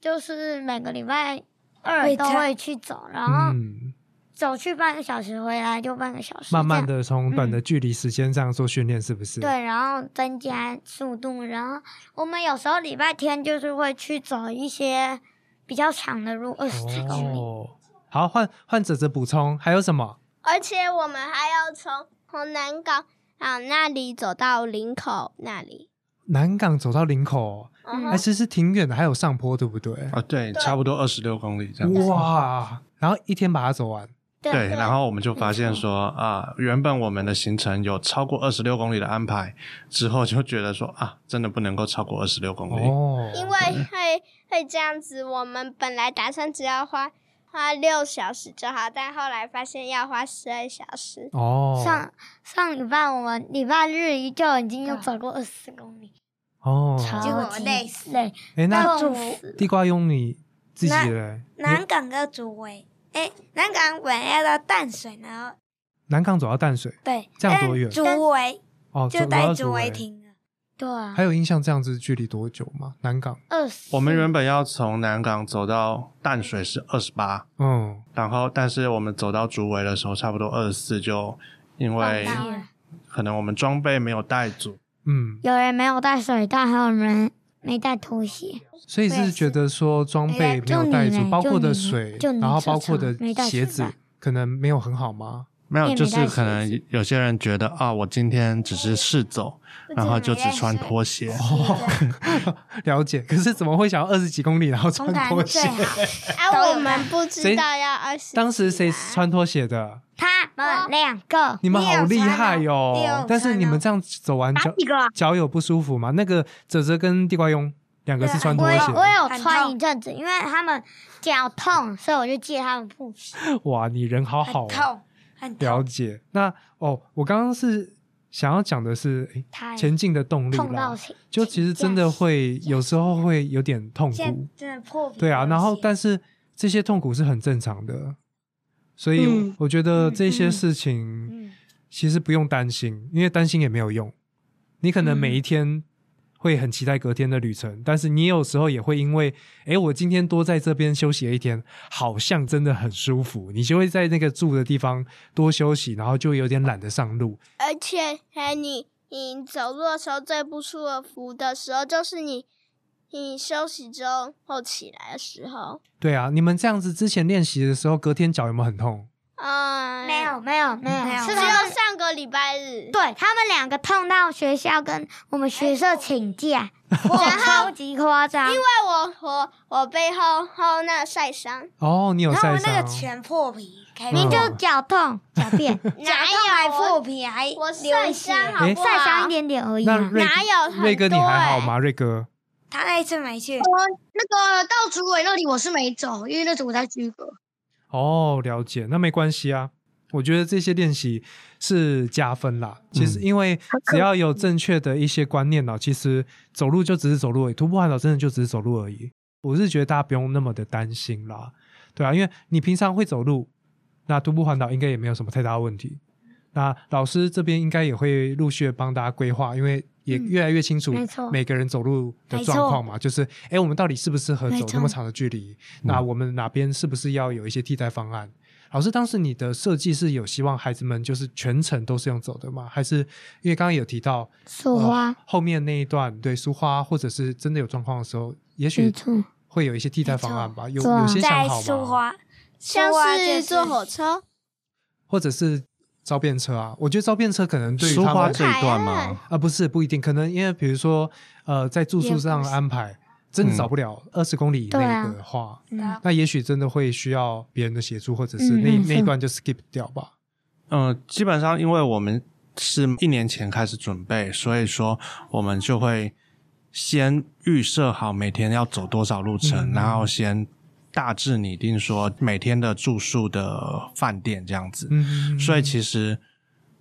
[SPEAKER 2] 就是每个礼拜二
[SPEAKER 4] 会
[SPEAKER 2] 都
[SPEAKER 4] 这
[SPEAKER 2] 会去走，然后
[SPEAKER 1] 嗯，
[SPEAKER 2] 走去半个小时，回来就半个小时，
[SPEAKER 1] 慢慢
[SPEAKER 2] 这样。
[SPEAKER 1] 的从短的距离时间这样做训练，是不是？
[SPEAKER 2] 对，然后增加速度，然后我们有时候礼拜天就是会去走一些比较长的路，二十几公里。
[SPEAKER 1] 哦，好，换换者者补充，还有什么？
[SPEAKER 3] 而且我们还要从从南港啊那里走到林口那里。
[SPEAKER 1] 南港走到林口哦，
[SPEAKER 3] 嗯
[SPEAKER 1] 哎、
[SPEAKER 3] 哼，
[SPEAKER 1] 其实挺远的，还有上坡，对不对？
[SPEAKER 6] 啊，对，
[SPEAKER 3] 对
[SPEAKER 6] 差不多二十六公里这样子。
[SPEAKER 1] 哇！然后一天把它走完，
[SPEAKER 6] 对，
[SPEAKER 3] 对
[SPEAKER 6] 然后我们就发现
[SPEAKER 2] 没错
[SPEAKER 6] 说啊，原本我们的行程有超过二十六公里的安排，之后就觉得说啊，真的不能够超过二十六公里。
[SPEAKER 1] 哦，
[SPEAKER 3] 因为会会这样子，我们本来打算只要花花六小时就好，但后来发现要花十二小 时。
[SPEAKER 1] 哦
[SPEAKER 2] 上上礼拜我们礼拜日就已经又走过二十四公里，
[SPEAKER 1] 哦，
[SPEAKER 4] 结
[SPEAKER 2] 超
[SPEAKER 4] 果
[SPEAKER 2] 级
[SPEAKER 4] 累死
[SPEAKER 2] 累，
[SPEAKER 1] 哎，那
[SPEAKER 2] 那
[SPEAKER 4] 祝
[SPEAKER 2] 我
[SPEAKER 4] 福
[SPEAKER 1] 地瓜用你自己嘞，
[SPEAKER 4] 南
[SPEAKER 1] 你
[SPEAKER 4] 港跟竹围，哎，南港尾要到淡水，然后
[SPEAKER 1] 南港走到淡水
[SPEAKER 4] 对，
[SPEAKER 1] 这样
[SPEAKER 4] 但
[SPEAKER 1] 多远
[SPEAKER 4] 竹围
[SPEAKER 1] 哦，
[SPEAKER 4] 就
[SPEAKER 1] 走到
[SPEAKER 4] 带
[SPEAKER 1] 竹
[SPEAKER 4] 竹
[SPEAKER 1] 围
[SPEAKER 4] 围。停了，
[SPEAKER 2] 对啊
[SPEAKER 1] 还，有印象这样子距离多久吗？南港，
[SPEAKER 2] 二十。
[SPEAKER 6] 我们原本要从南港走到淡水是二十八，
[SPEAKER 1] 嗯，
[SPEAKER 6] 然后但是我们走到竹围的时候，差不多二十四，就因为
[SPEAKER 2] 放大
[SPEAKER 6] 可能我们装备没有带足，
[SPEAKER 1] 嗯，
[SPEAKER 2] 有人没有带水袋，还有人没带拖鞋。
[SPEAKER 1] 所以是觉得说装备没有带
[SPEAKER 2] 就你
[SPEAKER 1] 足，
[SPEAKER 2] 嘞
[SPEAKER 1] 包括的
[SPEAKER 2] 就你嘞
[SPEAKER 1] 水
[SPEAKER 2] 就，你
[SPEAKER 1] 然后包括的
[SPEAKER 2] 手上没带水
[SPEAKER 1] 鞋子
[SPEAKER 2] 吧，
[SPEAKER 1] 可能没有很好吗？
[SPEAKER 6] 没
[SPEAKER 2] 也
[SPEAKER 6] 有，
[SPEAKER 2] 没
[SPEAKER 6] 就是
[SPEAKER 2] 带
[SPEAKER 6] 可能
[SPEAKER 2] 鞋
[SPEAKER 6] 有些人觉得啊，我今天只是试走，然后就只穿拖鞋。
[SPEAKER 1] 哦了解，可是怎么会想要二十几公里然后穿
[SPEAKER 4] 红毯
[SPEAKER 1] 拖鞋
[SPEAKER 4] 最？好，
[SPEAKER 3] 啊，我们不知
[SPEAKER 1] 谁
[SPEAKER 3] 道要二 十。
[SPEAKER 1] 当时谁
[SPEAKER 3] 啊
[SPEAKER 1] 穿拖鞋的？
[SPEAKER 2] 他们两个
[SPEAKER 1] 你们好厉害哟、
[SPEAKER 4] 你有穿哦
[SPEAKER 1] 但是你们这样走完脚
[SPEAKER 5] 哪几个啊？
[SPEAKER 1] 脚有不舒服吗？那个泽泽跟地瓜佣两个是穿拖
[SPEAKER 2] 我
[SPEAKER 1] 鞋
[SPEAKER 2] 有
[SPEAKER 1] 的，
[SPEAKER 2] 啊我有
[SPEAKER 4] 很
[SPEAKER 2] 穿
[SPEAKER 4] 痛
[SPEAKER 2] 一阵子，因为他们脚痛，所以我就借他们布鞋。
[SPEAKER 1] 哇，你人好
[SPEAKER 4] 很
[SPEAKER 1] 好、哦，
[SPEAKER 4] 痛，很
[SPEAKER 1] 了
[SPEAKER 4] 痛，
[SPEAKER 1] 解。那哦，我刚刚是想要讲的是诶
[SPEAKER 2] 他
[SPEAKER 1] 前进的动力
[SPEAKER 2] 痛
[SPEAKER 1] 啦
[SPEAKER 2] 到，醒，
[SPEAKER 1] 就其实真的会有时候会有点痛
[SPEAKER 4] 现在
[SPEAKER 1] 苦，
[SPEAKER 4] 真的破皮流血。
[SPEAKER 1] 对啊。然后但是这些痛苦是很正常的，所以
[SPEAKER 5] 嗯
[SPEAKER 1] 我觉得这些
[SPEAKER 2] 嗯
[SPEAKER 1] 事情。
[SPEAKER 2] 嗯，嗯
[SPEAKER 1] 其实不用担心，因为担心也没有用。你可能每一天会很期待隔天的旅程，但是你有时候也会因为，诶，我今天多在这边休息了一天，好像真的很舒服，你就会在那个住的地方多休息，然后就有点懒得上路。
[SPEAKER 3] 而且还你你走路的时候最不舒服的时候，就是你你休息之后后起来的时候。
[SPEAKER 1] 对啊，你们这样子之前练习的时候，隔天脚有没有很痛？
[SPEAKER 3] 嗯，
[SPEAKER 2] 没有，没有，没有，
[SPEAKER 4] 没有
[SPEAKER 2] 是
[SPEAKER 3] 只
[SPEAKER 2] 他们
[SPEAKER 3] 有上个礼拜日。
[SPEAKER 2] 对他们两个痛到学校跟我们学社请假，
[SPEAKER 4] 哎
[SPEAKER 2] 超级夸张。因为
[SPEAKER 3] 在我我我背后后那晒伤，
[SPEAKER 1] 哦，嗯你有
[SPEAKER 4] 然后
[SPEAKER 1] 晒
[SPEAKER 4] 我那
[SPEAKER 1] 伤
[SPEAKER 4] 个，全破皮，开
[SPEAKER 1] 你
[SPEAKER 4] 明
[SPEAKER 1] 就
[SPEAKER 2] 就脚痛、脚 便，
[SPEAKER 3] 哪
[SPEAKER 4] 哪有还
[SPEAKER 3] 有
[SPEAKER 4] 破皮还
[SPEAKER 3] 我
[SPEAKER 4] 流
[SPEAKER 3] 晒
[SPEAKER 4] 血？
[SPEAKER 3] 伤好
[SPEAKER 1] 诶
[SPEAKER 3] 不好？
[SPEAKER 2] 晒伤一 点点而已
[SPEAKER 1] 哎那
[SPEAKER 2] 啊。
[SPEAKER 1] 瑞
[SPEAKER 3] 哪有很
[SPEAKER 1] 瑞哥你还好
[SPEAKER 3] 多欸
[SPEAKER 1] 吗？瑞哥，
[SPEAKER 4] 他那一次没去，
[SPEAKER 5] 那个到主委那里我是没走，因为那时候我在居格。
[SPEAKER 1] 哦，了解，那没关系啊。我觉得这些练习是加分啦。其实，因为只要有正确的一些观念呢、其实走路就只是走路而已，徒步环岛真的就只是走路而已。我是觉得大家不用那么的担心啦，对啊，因为你平常会走路，那徒步环岛应该也没有什么太大的问题。那老师这边应该也会陆续地帮大家规划，因为也越来越清楚
[SPEAKER 2] 没错
[SPEAKER 1] 每个人走路的
[SPEAKER 4] 嗯没错
[SPEAKER 1] 状况嘛，就是哎，诶我们到底适不适合
[SPEAKER 4] 没
[SPEAKER 1] 走那
[SPEAKER 4] 错
[SPEAKER 1] 么长的距离？那我们哪边是不是要有一些替代方案？老师，当时你的设计是有希望孩子们就是全程都是用走的吗？还是因为刚刚有提到
[SPEAKER 2] 束花
[SPEAKER 1] 呃后面那一段对苏花，或者是真的有状况的时候，也许
[SPEAKER 2] 没错
[SPEAKER 1] 会有一些替代方案吧？有
[SPEAKER 2] 对啊
[SPEAKER 1] 有些想
[SPEAKER 4] 在
[SPEAKER 1] 好
[SPEAKER 4] 苏
[SPEAKER 1] 吗？
[SPEAKER 4] 花，
[SPEAKER 3] 像
[SPEAKER 4] 苏花就是
[SPEAKER 3] 坐火车，
[SPEAKER 1] 或者是招便车啊？我觉得招便车可能对于
[SPEAKER 6] 书
[SPEAKER 1] 他
[SPEAKER 6] 画
[SPEAKER 1] 们
[SPEAKER 6] 这一段嘛，
[SPEAKER 1] 啊，不是不一定，可能因为比如说呃，在住宿上的安排真的
[SPEAKER 6] 嗯
[SPEAKER 1] 找不了二十公里以
[SPEAKER 2] 对
[SPEAKER 1] 内
[SPEAKER 2] 啊
[SPEAKER 1] 的话，
[SPEAKER 2] 嗯
[SPEAKER 1] 那也许真的会需要别人的协助，或者是那、
[SPEAKER 2] 嗯嗯
[SPEAKER 1] 那一段就 skip 掉吧。
[SPEAKER 6] 嗯、基本上因为我们是一年前开始准备，所以说我们就会先预设好每天要走多少路程，
[SPEAKER 1] 嗯
[SPEAKER 6] 然后先大致拟定说每天的住宿的饭店这样子，
[SPEAKER 1] 嗯，
[SPEAKER 6] 所以其实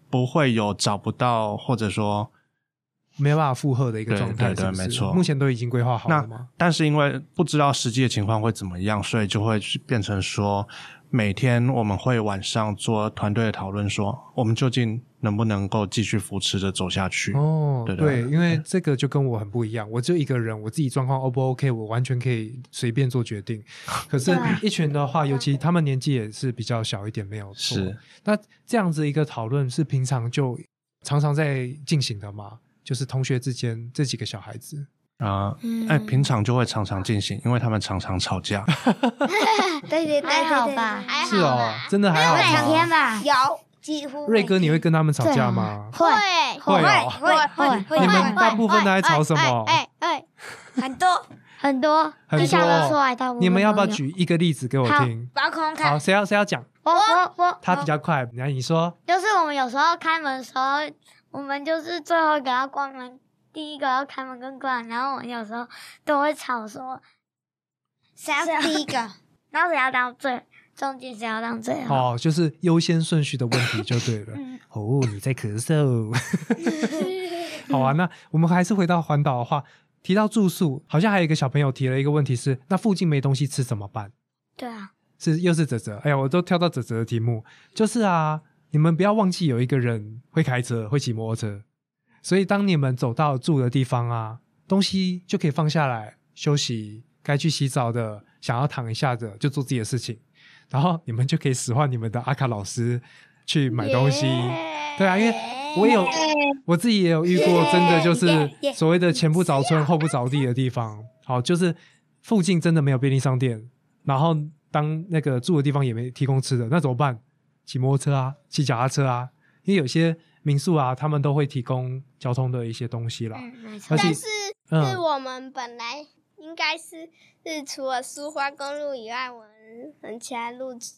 [SPEAKER 6] 不会有找不到或者说
[SPEAKER 1] 没有办法负荷的一个
[SPEAKER 6] 对
[SPEAKER 1] 状态，
[SPEAKER 6] 对对
[SPEAKER 1] 是不是
[SPEAKER 6] 没错
[SPEAKER 1] 目前都已经规划好了
[SPEAKER 6] 那
[SPEAKER 1] 吗？
[SPEAKER 6] 但是因为不知道实际的情况会怎么样，所以就会变成说，每天我们会晚上做团队的讨论说，我们究竟能不能够继续扶持着走下去。
[SPEAKER 1] 哦，
[SPEAKER 6] 对对
[SPEAKER 1] 对，因为这个就跟我很不一样，我就一个人，我自己状况 O 不 OK，我完全可以随便做决定。可是，
[SPEAKER 2] 啊
[SPEAKER 1] 一群的话，尤其他们年纪也是比较小一点，没有错。
[SPEAKER 6] 是，
[SPEAKER 1] 那这样子一个讨论是平常就常常在进行的吗？就是同学之间这几个小孩子，
[SPEAKER 6] 啊、
[SPEAKER 2] 嗯
[SPEAKER 3] 嗯
[SPEAKER 6] 哎、平常就会常常进行，因为他们常常吵架。
[SPEAKER 4] 对哎对对
[SPEAKER 2] 还好吧
[SPEAKER 4] 对对对
[SPEAKER 3] 还
[SPEAKER 1] 是
[SPEAKER 3] 好
[SPEAKER 1] 哦
[SPEAKER 3] 啦，，
[SPEAKER 1] 真的还好
[SPEAKER 2] 两天
[SPEAKER 1] 吗？
[SPEAKER 2] 吧，
[SPEAKER 4] 有几乎
[SPEAKER 1] 瑞哥，你会
[SPEAKER 4] 会
[SPEAKER 1] 跟他们吵架吗？
[SPEAKER 2] 会
[SPEAKER 1] 会哦
[SPEAKER 4] 会会
[SPEAKER 2] 会
[SPEAKER 1] 你
[SPEAKER 4] 会
[SPEAKER 1] 们大部分都在吵什么？
[SPEAKER 3] 哎哎，
[SPEAKER 4] 很多
[SPEAKER 2] 很多，
[SPEAKER 1] 很
[SPEAKER 2] 一
[SPEAKER 1] 多
[SPEAKER 2] 想得出来大部
[SPEAKER 1] 哦
[SPEAKER 2] 分。
[SPEAKER 1] 你们要不要？举一个例子给我
[SPEAKER 2] 好
[SPEAKER 1] 听？
[SPEAKER 4] 包空
[SPEAKER 1] 好，
[SPEAKER 4] 看，
[SPEAKER 1] 谁要谁要讲？
[SPEAKER 2] 我我我，
[SPEAKER 1] 他比较快，然后你说
[SPEAKER 2] 就是我们有时候开门的时候，我们就是最后一个要关门，第一个要开门跟关门，然后我们有时候都会吵说，
[SPEAKER 4] 谁
[SPEAKER 5] 啊
[SPEAKER 4] 要第一个？
[SPEAKER 2] 然后谁要当最中间，谁要当最后。
[SPEAKER 1] 哦，就是优先顺序的问题就对了。
[SPEAKER 2] 嗯
[SPEAKER 1] 哦，你在咳嗽。 好啊，那我们还是回到环岛的话，提到住宿，好像还有一个小朋友提了一个问题是，那附近没东西吃怎么办？
[SPEAKER 2] 对啊，
[SPEAKER 1] 是又是哲哲，哎呀，我都跳到哲哲的题目，就是啊，你们不要忘记有一个人会开车，会骑摩托车，所以当你们走到住的地方啊，东西就可以放下来休息，该去洗澡的，想要躺一下的就做自己的事情，然后你们就可以使唤你们的阿卡老师去买东西，对啊，因为我有我自己也有遇过，真的就是所谓的前不着村后不着地的地方，好，就是附近真的没有便利商店，然后当那个住的地方也没提供吃的，那怎么办？骑摩托车啊，骑脚踏车啊，因为有些民宿啊，他们都会提供交通的一些东西啦。
[SPEAKER 2] 嗯，没错
[SPEAKER 1] 而。且嗯
[SPEAKER 3] 但是是我们本来应该是是除了苏花公路以外，我们很其他路几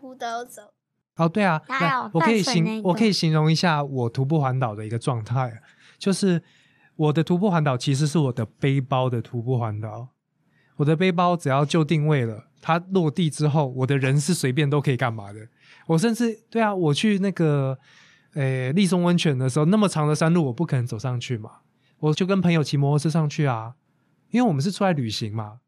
[SPEAKER 3] 乎都有走。
[SPEAKER 1] 哦，对啊，
[SPEAKER 2] 还
[SPEAKER 1] 那
[SPEAKER 2] 有
[SPEAKER 1] 我可以
[SPEAKER 2] 淡水那
[SPEAKER 1] 形
[SPEAKER 2] 一
[SPEAKER 1] 我可以
[SPEAKER 2] 段
[SPEAKER 1] 形容一下我徒步环岛的一个状态，就是我的徒步环岛其实是我的背包的徒步环岛。我的背包只要就定位了，它落地之后，我的人是随便都可以干嘛的。我甚至对啊，我去那个呃立松温泉的时候，那么长的山路，我不可能走上去嘛，我就跟朋友骑摩托车上去啊，因为我们是出来旅行嘛。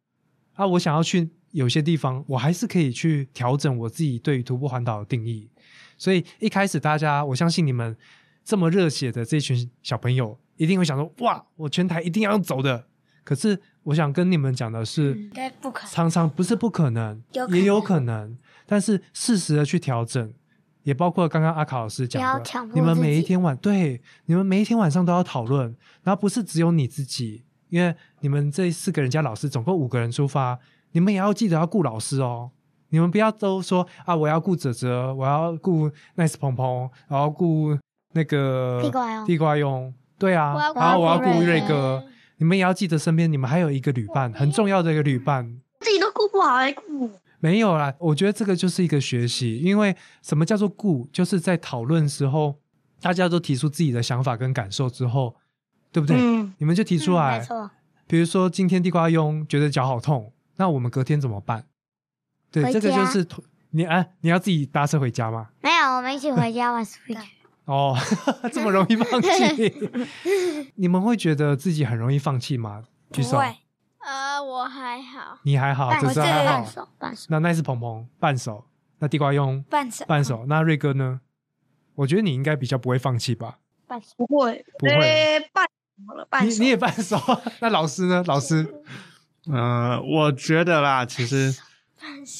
[SPEAKER 1] 啊，我想要去有些地方，我还是可以去调整我自己对于徒步环岛的定义。所以一开始大家，我相信你们这么热血的这群小朋友，一定会想说，哇，我全台一定要用走的。可是我想跟你们讲的是，
[SPEAKER 4] 应该不可能。
[SPEAKER 1] 常常不是不可能，
[SPEAKER 4] 有可
[SPEAKER 1] 也有
[SPEAKER 4] 能
[SPEAKER 1] 可能，但是适时的去调整，也包括刚刚阿卡老师
[SPEAKER 2] 不要
[SPEAKER 1] 讲的
[SPEAKER 2] 强，迫
[SPEAKER 1] 你们
[SPEAKER 2] 自
[SPEAKER 1] 每一
[SPEAKER 2] 己
[SPEAKER 1] 天晚对，你们每一天晚上都要讨论，然后不是只有你自己，因为你们这四个人加老师总共五个人出发，你们也要记得要顾老师哦。你们不要都说啊，我要顾哲哲，我要顾 nice 鹏鹏，然后顾那个
[SPEAKER 2] 地瓜用
[SPEAKER 1] 地瓜用，对啊
[SPEAKER 3] 我要，顾
[SPEAKER 1] 然后我要顾
[SPEAKER 2] 瑞
[SPEAKER 1] 瑞
[SPEAKER 2] 哥
[SPEAKER 1] 哥，你们也要记得身边你们还有一个旅伴，很重要的一个旅伴，
[SPEAKER 5] 自己都顾不好，还顾我。
[SPEAKER 1] 没有啦，我觉得这个就是一个学习，因为什么叫做顾，就是在讨论时候，大家都提出自己的想法跟感受之后，对不对？
[SPEAKER 5] 嗯，
[SPEAKER 1] 你们就提出
[SPEAKER 2] 嗯
[SPEAKER 1] 来，
[SPEAKER 2] 没错，
[SPEAKER 1] 比如说今天地瓜庸觉得脚好痛，那我们隔天怎么办？对，
[SPEAKER 2] 回
[SPEAKER 1] 这个就
[SPEAKER 2] 家
[SPEAKER 1] 是你啊，你要自己搭车回家吗？
[SPEAKER 2] 没有，我们一起回家玩 Switch。
[SPEAKER 1] 哦，这么容易放弃？你们会觉得自己很容易放弃吗？举
[SPEAKER 4] 不
[SPEAKER 1] 手，
[SPEAKER 4] 会，
[SPEAKER 3] 啊、我还好，
[SPEAKER 1] 你还好，
[SPEAKER 2] 半
[SPEAKER 1] 这
[SPEAKER 4] 我
[SPEAKER 1] 是
[SPEAKER 4] 这
[SPEAKER 1] 还
[SPEAKER 2] 半
[SPEAKER 1] 好。
[SPEAKER 2] 手半手，
[SPEAKER 1] 那那是鹏鹏半手，那地瓜庸
[SPEAKER 4] 半手
[SPEAKER 1] 半手。那瑞哥呢？我觉得你应该比较不会放弃吧？
[SPEAKER 5] 不会，
[SPEAKER 1] 不会
[SPEAKER 5] 呃，半好了，半
[SPEAKER 1] 你
[SPEAKER 5] 熟
[SPEAKER 1] 你也半手。啊 那老师呢？老师
[SPEAKER 6] 嗯、我觉得啦，其实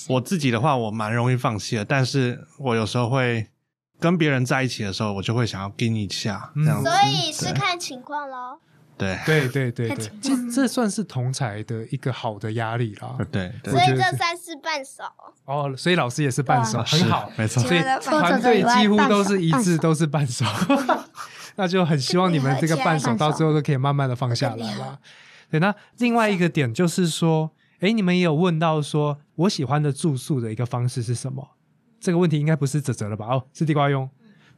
[SPEAKER 6] 我自己的话，我蛮容易放弃的，但是我有时候会跟别人在一起的时候，我就会想要盯一下，
[SPEAKER 1] 嗯
[SPEAKER 6] 这样子。
[SPEAKER 3] 所以是看情况喽。
[SPEAKER 6] 对
[SPEAKER 1] 对对对
[SPEAKER 4] 太
[SPEAKER 1] 对
[SPEAKER 4] 紧，
[SPEAKER 1] 这这算是同才的一个好的压力啦
[SPEAKER 6] 对。
[SPEAKER 1] 呃我
[SPEAKER 6] 对对
[SPEAKER 3] 所
[SPEAKER 1] 觉
[SPEAKER 3] 以
[SPEAKER 1] 得
[SPEAKER 3] 这
[SPEAKER 1] 是
[SPEAKER 3] 算是半手，
[SPEAKER 1] 哦，所以老师也是半手，
[SPEAKER 6] 啊
[SPEAKER 1] 很
[SPEAKER 6] 是
[SPEAKER 1] 好，
[SPEAKER 6] 没错
[SPEAKER 1] 所以
[SPEAKER 4] 除了半手
[SPEAKER 1] 团队几乎都是一
[SPEAKER 2] 半
[SPEAKER 1] 致，
[SPEAKER 2] 手
[SPEAKER 1] 都是半 手。那就很希望你们这个半手到最后都可以慢慢的放下来啦。对，那另外一
[SPEAKER 2] 啊
[SPEAKER 1] 个点就是说，诶，你们也有问到说我喜欢的住宿的一个方式是什么？这个问题应该不是泽泽了吧？哦，是地瓜庸。
[SPEAKER 2] 嗯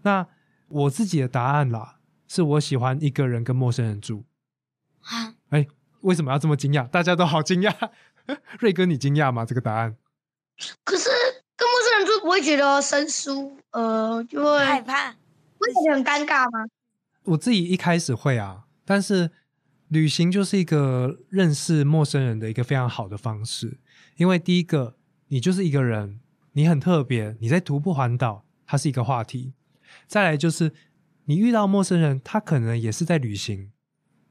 [SPEAKER 1] 那我自己的答案啦，是我喜欢一个人跟陌生人住。
[SPEAKER 4] 啊，
[SPEAKER 1] 哎，为什么要这么惊讶？大家都好惊讶。 瑞哥，你惊讶吗？这个答案？
[SPEAKER 5] 可是跟陌生人住不会觉得生疏，呃，就会
[SPEAKER 4] 害怕。
[SPEAKER 5] 会觉得很尴尬吗？
[SPEAKER 1] 我自己一开始会啊，但是旅行就是一个认识陌生人的一个非常好的方式，因为第一个，你就是一个人，你很特别，你在徒步环岛，它是一个话题；再来就是你遇到陌生人，他可能也是在旅行，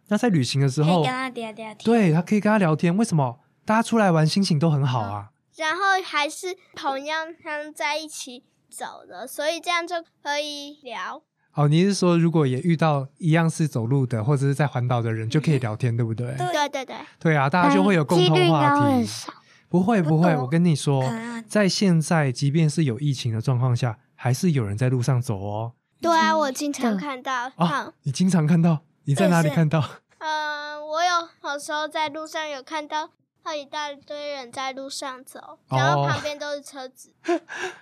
[SPEAKER 1] 那在旅行的时
[SPEAKER 4] 可以
[SPEAKER 1] 候
[SPEAKER 4] 跟，他聊聊天，
[SPEAKER 1] 对他可以跟他聊天，为什么？大家出来玩心情都很好啊，
[SPEAKER 4] 嗯
[SPEAKER 3] 然后还是同样他们在一起走的，所以这样就可以聊。
[SPEAKER 1] 哦，你是说如果也遇到一样是走路的或者是在环岛的人，就可
[SPEAKER 4] 嗯
[SPEAKER 1] 以聊天，对不对？
[SPEAKER 3] 对对对，
[SPEAKER 1] 对啊，大家就会有共
[SPEAKER 2] 但几
[SPEAKER 1] 同
[SPEAKER 2] 率应该
[SPEAKER 1] 话
[SPEAKER 2] 会
[SPEAKER 1] 题
[SPEAKER 2] 很。少。
[SPEAKER 1] 不会
[SPEAKER 4] 不
[SPEAKER 1] 不会，
[SPEAKER 4] 多
[SPEAKER 1] 我跟你说
[SPEAKER 4] 可能，
[SPEAKER 1] 在现在即便是有疫情的状况下，还是有人在路上走哦。
[SPEAKER 3] 对啊，我经常
[SPEAKER 2] 对
[SPEAKER 3] 看到，
[SPEAKER 1] 啊
[SPEAKER 3] 嗯，
[SPEAKER 1] 你经常看到，你在哪里
[SPEAKER 3] 对是
[SPEAKER 1] 看到？
[SPEAKER 3] 嗯，我有有时候在路上有看到，有一大堆人在路上走，然后
[SPEAKER 1] 哦
[SPEAKER 3] 旁边都是车子。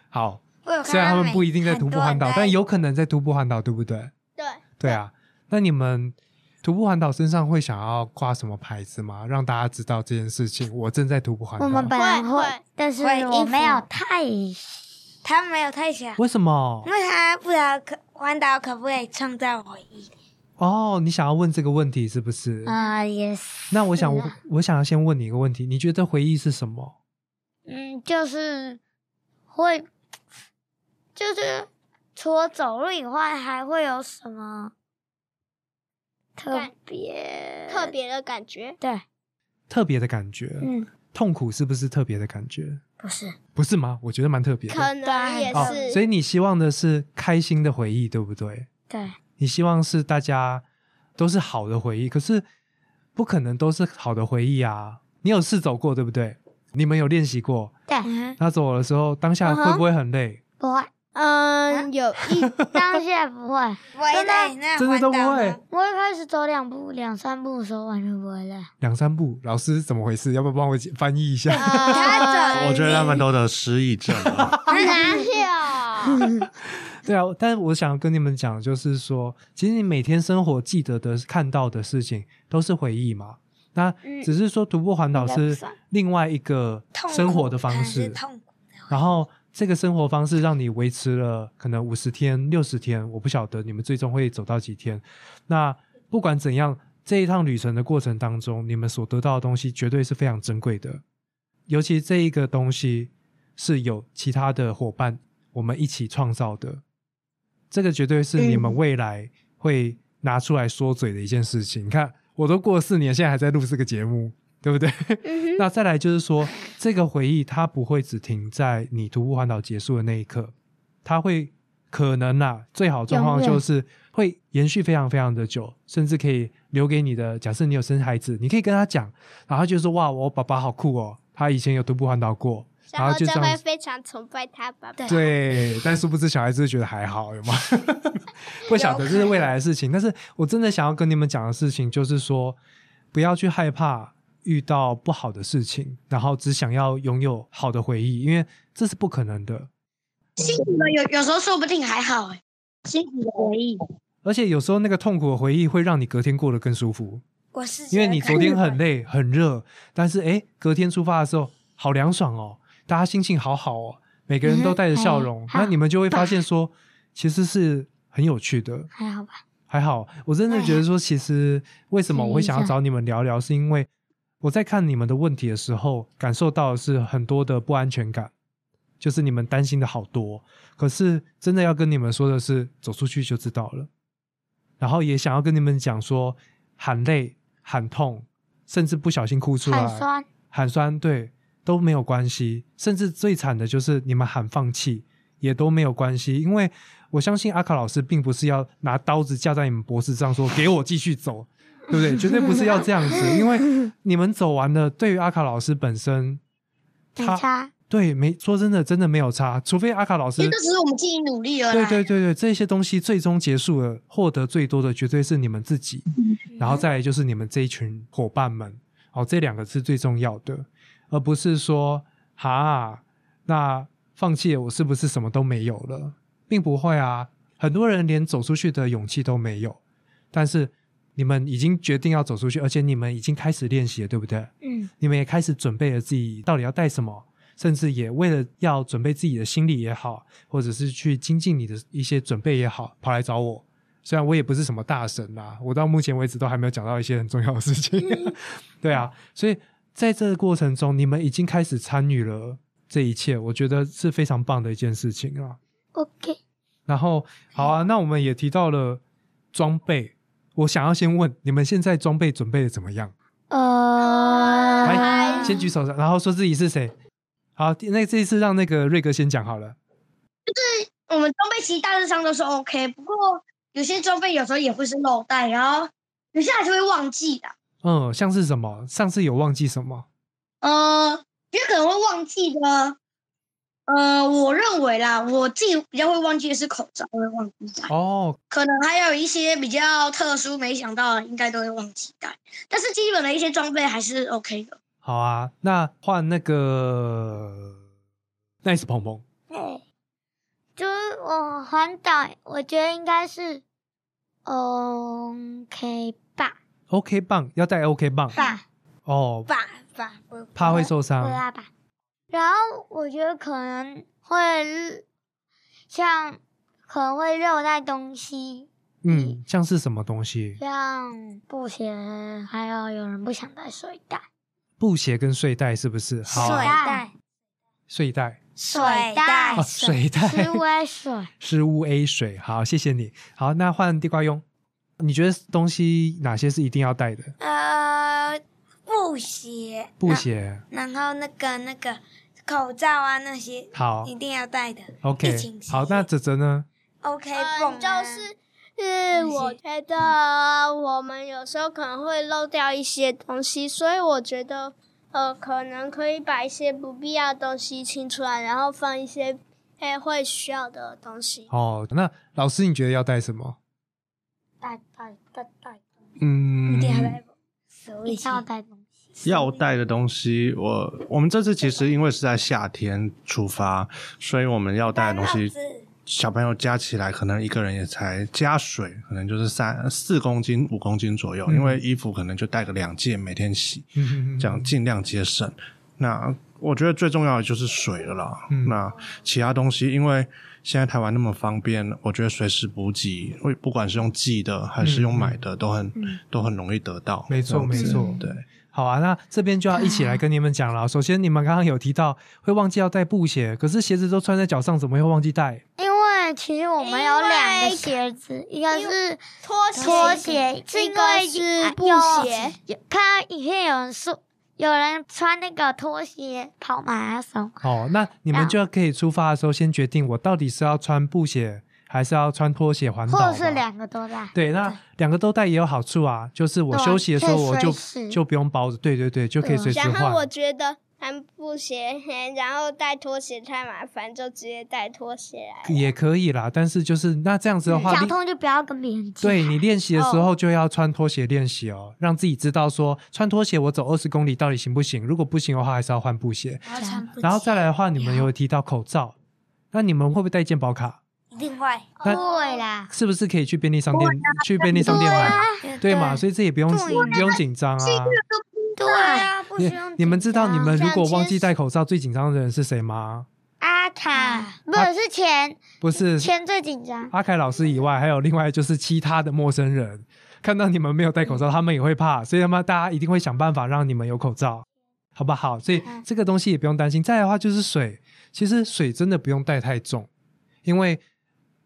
[SPEAKER 1] 好，
[SPEAKER 4] 我有看到
[SPEAKER 1] 虽然他们
[SPEAKER 4] 每
[SPEAKER 1] 不一定在徒
[SPEAKER 4] 很
[SPEAKER 1] 步
[SPEAKER 4] 多人
[SPEAKER 1] 环岛，
[SPEAKER 4] 在
[SPEAKER 1] 但有可能在徒步环岛，对不对？
[SPEAKER 3] 对，
[SPEAKER 1] 对啊，那你们徒步环岛身上会想要挂什么牌子吗？让大家知道这件事情，我正在徒步环
[SPEAKER 2] 我们
[SPEAKER 1] 岛。
[SPEAKER 2] 本来
[SPEAKER 3] 会
[SPEAKER 2] 会
[SPEAKER 3] 会，
[SPEAKER 2] 但是
[SPEAKER 4] 会衣
[SPEAKER 2] 我没有
[SPEAKER 4] 服
[SPEAKER 2] 太
[SPEAKER 4] 他没有太小，
[SPEAKER 1] 为什么
[SPEAKER 4] 因？为他不知道可环岛可不可以创造回忆。
[SPEAKER 1] 哦，你想要问这个问题是不是？
[SPEAKER 2] 啊，也是，
[SPEAKER 1] 那我想
[SPEAKER 2] 是啊，
[SPEAKER 1] 我想要先问你一个问题，你觉得回忆是什么？
[SPEAKER 2] 嗯，就是会，就是除了走路以外，还会有什么特
[SPEAKER 3] 感
[SPEAKER 2] 别
[SPEAKER 3] 特？别的感觉。
[SPEAKER 2] 对，
[SPEAKER 1] 特别的感觉？
[SPEAKER 2] 嗯，
[SPEAKER 1] 痛苦是不是特别的感觉？
[SPEAKER 2] 不是，
[SPEAKER 1] 不是吗？我觉得蛮特别的。
[SPEAKER 3] 可能也
[SPEAKER 1] 哦
[SPEAKER 3] 是，
[SPEAKER 1] 所以你希望的是开心的回忆，对不对？
[SPEAKER 2] 对，
[SPEAKER 1] 你希望是大家都是好的回忆，可是不可能都是好的回忆啊。你有试走过，对不对？你们有练习过？
[SPEAKER 4] 嗯，
[SPEAKER 1] 那走的时候，当下
[SPEAKER 3] 嗯哼
[SPEAKER 1] 会不会很累？
[SPEAKER 2] 不 会，
[SPEAKER 3] 嗯，有
[SPEAKER 1] 啊
[SPEAKER 3] 一
[SPEAKER 2] 当下不会。
[SPEAKER 4] 我也在那
[SPEAKER 1] 真的
[SPEAKER 4] 环
[SPEAKER 1] 都不
[SPEAKER 4] 岛
[SPEAKER 1] 会
[SPEAKER 4] 呢，
[SPEAKER 2] 我一开始走两步、两三步的时候完全不会累，
[SPEAKER 1] 两三步，老师怎么回事？要不要帮我解翻译一下？
[SPEAKER 3] 他
[SPEAKER 6] 我觉得他们都得失忆症啊了。
[SPEAKER 3] 哪有？
[SPEAKER 1] 对啊，但我想跟你们讲，就是说，其实你每天生活记得的、看到的事情，都是回忆嘛。那
[SPEAKER 3] 嗯
[SPEAKER 1] 只是说徒步环岛
[SPEAKER 3] 应该不
[SPEAKER 1] 是
[SPEAKER 3] 算
[SPEAKER 1] 另外一个
[SPEAKER 4] 痛苦
[SPEAKER 1] 生活的方
[SPEAKER 4] 可能是
[SPEAKER 1] 式，
[SPEAKER 4] 痛苦的
[SPEAKER 1] 然后这个生活方式让你维持了可能五十天、六十天，我不晓得你们最终会走到几天。那不管怎样，这一趟旅程的过程当中，你们所得到的东西绝对是非常珍贵的，尤其这一个东西是有其他的伙
[SPEAKER 3] 嗯
[SPEAKER 1] 伴我们一起创造的，这个绝对是你们未来会拿出来说嘴的一件事情。你看，我都过了四年，现在还在录这个节目，对不对？
[SPEAKER 3] 嗯哼，
[SPEAKER 1] 那再来就是说，这个回忆它不会只停在你徒步环岛结束的那一刻，它会可能啊，最好状况
[SPEAKER 2] 永远
[SPEAKER 1] 就是会延续非常非常的久，甚至可以留给你的。假设你有生孩子，你可以跟他讲，然后他就说哇，我爸爸好酷哦，他以前有徒步环岛过。然
[SPEAKER 3] 然
[SPEAKER 1] 后
[SPEAKER 3] 后
[SPEAKER 1] 就
[SPEAKER 3] 就
[SPEAKER 1] 这样
[SPEAKER 3] 会
[SPEAKER 1] 子
[SPEAKER 3] 非常崇拜他 爸爸。
[SPEAKER 1] 对，但殊不知小孩子就觉得还好，有吗？ 不晓得这是未来的事情，但是我真的想要跟你们讲的事情就是说，不要去害怕遇到不好的事情，然后只想要拥有好的回忆，因为这是不可能的。
[SPEAKER 5] 辛苦了，有有时候说不定还好哎，辛苦的回忆。
[SPEAKER 1] 而且有时候那个痛苦的回忆会让你隔天过得更舒服，
[SPEAKER 4] 我是
[SPEAKER 2] 啊
[SPEAKER 1] 因为你昨天很
[SPEAKER 4] 累，
[SPEAKER 1] 累很热，但是诶，隔天出发的时候好凉爽哦，大家心情好好哦，每个人都带着笑容
[SPEAKER 2] 嗯，好
[SPEAKER 1] 那你们 就会发现说，其实是很有趣的。
[SPEAKER 2] 还好吧？
[SPEAKER 1] 还好，我真的觉得说，其实为什么我会想要找你们聊聊，是因为我在看你们的问题的时候，感受到的是很多的不安全感，就是你们担心的好多。可是真的要跟你们说的是，走出去就知道了。然后也想要跟你们讲说，喊累、喊痛，甚至不小心哭出来，
[SPEAKER 2] 很酸，
[SPEAKER 1] 喊酸对都没有关系，甚至最惨的就是你们喊放弃也都没有关系，因为我相信阿卡老师并不是要拿刀子架在你们脖子上说给我继续走， 对不对？绝对不是要这样子，因为你们走完了，对于阿卡老师本身，
[SPEAKER 2] 没
[SPEAKER 1] 他
[SPEAKER 2] 差。
[SPEAKER 1] 对没说真的真的没有差，除非阿卡老
[SPEAKER 5] 其
[SPEAKER 1] 师
[SPEAKER 5] 实这只是我们自己努力而
[SPEAKER 1] 对
[SPEAKER 5] 来。
[SPEAKER 1] 对对对，这些东西最终结束了，获得最多的绝对是你们自己，然后再来就是你们这一群伙伴们，哦，这两个是最重要的，而不是说哈，那放弃了我是不是什么都没有了？并不会啊，很多人连走出去的勇气都没有，但是你们已经决定要走出去，而且你们已经开始练习了，对不对？
[SPEAKER 2] 嗯，
[SPEAKER 1] 你们也开始准备了自己到底要带什么，甚至也为了要准备自己的心理也好，或者是去精进你的一些准备也好，跑来找我。虽然我也不是什么大神啦、我到目前为止都还没有讲到一些很重要的事情。对啊，所以在这个过程中，你们已经开始参与了这一切，我觉得是非常棒的一件事情啊。
[SPEAKER 2] OK，
[SPEAKER 1] 然后好啊，那我们也提到了装备，我想要先问你们现在装备准备的怎么样？
[SPEAKER 2] 呃，
[SPEAKER 1] 来，哎先举手，然后说自己是谁。好，那这一次让那个瑞哥先讲好了。
[SPEAKER 5] 我们装备其实大致上都是 OK，不过有些装备有时候也会是漏带，然后有些还是会忘记的。
[SPEAKER 1] 嗯，像是什么？上次有忘记什么？
[SPEAKER 5] 呃，因为可能会忘记的。呃，我认为啦，我自己比较会忘记的是口罩，会忘记带。
[SPEAKER 1] 哦，
[SPEAKER 5] 可能还有一些比较特殊没想到的，应该都会忘记带。但是基本的一些装备还是 OK 的。
[SPEAKER 1] 好啊，那换那个 Nice 鹏鹏。
[SPEAKER 2] 对， 就是我环岛，我觉得应该是 OK 吧
[SPEAKER 1] OK 棒要带 OK 棒
[SPEAKER 2] 吧
[SPEAKER 1] 哦，
[SPEAKER 2] 吧吧，我
[SPEAKER 1] 怕会受
[SPEAKER 2] 对
[SPEAKER 1] 伤。
[SPEAKER 2] 啊吧。然后我觉得可能会像可能会漏带东西，
[SPEAKER 1] 嗯，像是什么东西？
[SPEAKER 2] 像布鞋，还有有人不想带睡袋，
[SPEAKER 1] 布鞋跟睡袋是不是？好
[SPEAKER 4] 睡
[SPEAKER 1] 啊，
[SPEAKER 4] 袋、
[SPEAKER 1] 睡袋
[SPEAKER 4] 水哎
[SPEAKER 2] 袋
[SPEAKER 1] 啊，水袋，
[SPEAKER 2] 吃微 水，
[SPEAKER 1] 是乌 A 水。好，谢谢你。好，那换地瓜佣，你觉得东西哪些是一定要带的？
[SPEAKER 4] 呃，布鞋，
[SPEAKER 1] 布鞋。
[SPEAKER 4] 然后那个那个口罩啊那些
[SPEAKER 1] 好
[SPEAKER 4] 一定要戴的。
[SPEAKER 1] ，OK
[SPEAKER 4] 疫情。期
[SPEAKER 1] 好，那哲哲呢？
[SPEAKER 4] OK，
[SPEAKER 5] 呃
[SPEAKER 3] 嗯，
[SPEAKER 4] 蹦啊
[SPEAKER 3] 就是。是，我觉得啊我们有时候可能会漏掉一些东西，所以我觉得，呃，可能可以把一些不必要的东西清出来，然后放一些诶会需要的东西。
[SPEAKER 1] 哦，那老师你觉得要带什么？
[SPEAKER 2] 带带带带，
[SPEAKER 6] 嗯，
[SPEAKER 4] 手
[SPEAKER 2] 一
[SPEAKER 4] 里
[SPEAKER 2] 定要带东西，
[SPEAKER 6] 要带的东西，我我们这次其实因为是在夏天出发，所以我们要带的东
[SPEAKER 4] 戴帽
[SPEAKER 6] 西，
[SPEAKER 4] 子
[SPEAKER 6] 小朋友加起来可能一个人也才加水，可能就是三四公斤、五公斤左右，
[SPEAKER 1] 嗯
[SPEAKER 6] 因为衣服可能就带个两件，每天洗，
[SPEAKER 1] 嗯
[SPEAKER 6] 这样尽量节省。那我觉得最重要的就是水了啦。
[SPEAKER 1] 嗯
[SPEAKER 6] 那其他东西，因为现在台湾那么方便，我觉得随时补给，会不管是用寄的还是用买的，都很、都很容易得到。
[SPEAKER 1] 嗯没错
[SPEAKER 6] 这样子
[SPEAKER 1] 没错
[SPEAKER 6] 对。
[SPEAKER 1] 好啊，那这边就要一起来跟你们讲了。首先，你们刚刚有提到会忘记要带布鞋，可是鞋子都穿在脚上，怎么会忘记带？
[SPEAKER 2] 因为为其实我们有两个鞋子，一个是
[SPEAKER 3] 拖鞋，
[SPEAKER 2] 拖鞋，
[SPEAKER 3] 这
[SPEAKER 2] 一
[SPEAKER 3] 个
[SPEAKER 2] 个是啊
[SPEAKER 3] 布鞋，。
[SPEAKER 2] 有看到影片有人说，有人穿那个拖鞋跑马拉松，
[SPEAKER 1] 哦，那你们就可以出发的时候先决定我到底是要穿布鞋还是要穿拖鞋环岛
[SPEAKER 2] 或
[SPEAKER 1] 吧，
[SPEAKER 2] 者是两个都在。
[SPEAKER 1] 对，那两个都带也有好处啊，就是我
[SPEAKER 2] 对啊
[SPEAKER 1] 休息的时候
[SPEAKER 2] 可以
[SPEAKER 1] 我就
[SPEAKER 2] 随时
[SPEAKER 1] 就不用包着，对对对，就可以
[SPEAKER 2] 对啊
[SPEAKER 1] 随时
[SPEAKER 3] 然
[SPEAKER 1] 换
[SPEAKER 3] 后。我觉得穿布鞋， 然后带拖鞋太麻烦，就直接带拖鞋来。
[SPEAKER 1] 也可以啦，但是就是那这样子的话，
[SPEAKER 2] 交
[SPEAKER 1] 你
[SPEAKER 2] 通就不要跟别人挤。
[SPEAKER 1] 对你练习的时候就要穿拖鞋练习哦，让自己知道说穿拖鞋我走二十公里到底行不行？如果不行的话，还是要换布鞋。
[SPEAKER 4] 然后穿不
[SPEAKER 1] 然后
[SPEAKER 4] 起
[SPEAKER 1] 再来的话，你们有提到口罩，那你们会不会带健保卡？
[SPEAKER 4] 一定会，
[SPEAKER 1] 那
[SPEAKER 2] 对啦，
[SPEAKER 1] 是不是可以去便利商店去便利商店买？对嘛，所以这也不用不用紧张啊。
[SPEAKER 2] 对啊，不
[SPEAKER 1] 你
[SPEAKER 2] 需要
[SPEAKER 1] 你们知道你们如果忘记
[SPEAKER 2] 带
[SPEAKER 1] 戴口罩，最紧张的人是谁吗？
[SPEAKER 2] 阿卡，不是钱，
[SPEAKER 1] 不啊是
[SPEAKER 2] 钱最紧张。
[SPEAKER 1] 阿凯老师以外，还有另外就是其他的陌生人，看到你们没有戴口罩，他们也会怕，所以他们大家一定会想办法让你们有口罩，好不好？所以
[SPEAKER 2] 嗯
[SPEAKER 1] 这个东西也不用担心。再来的话就是水，其实水真的不用带太重，因为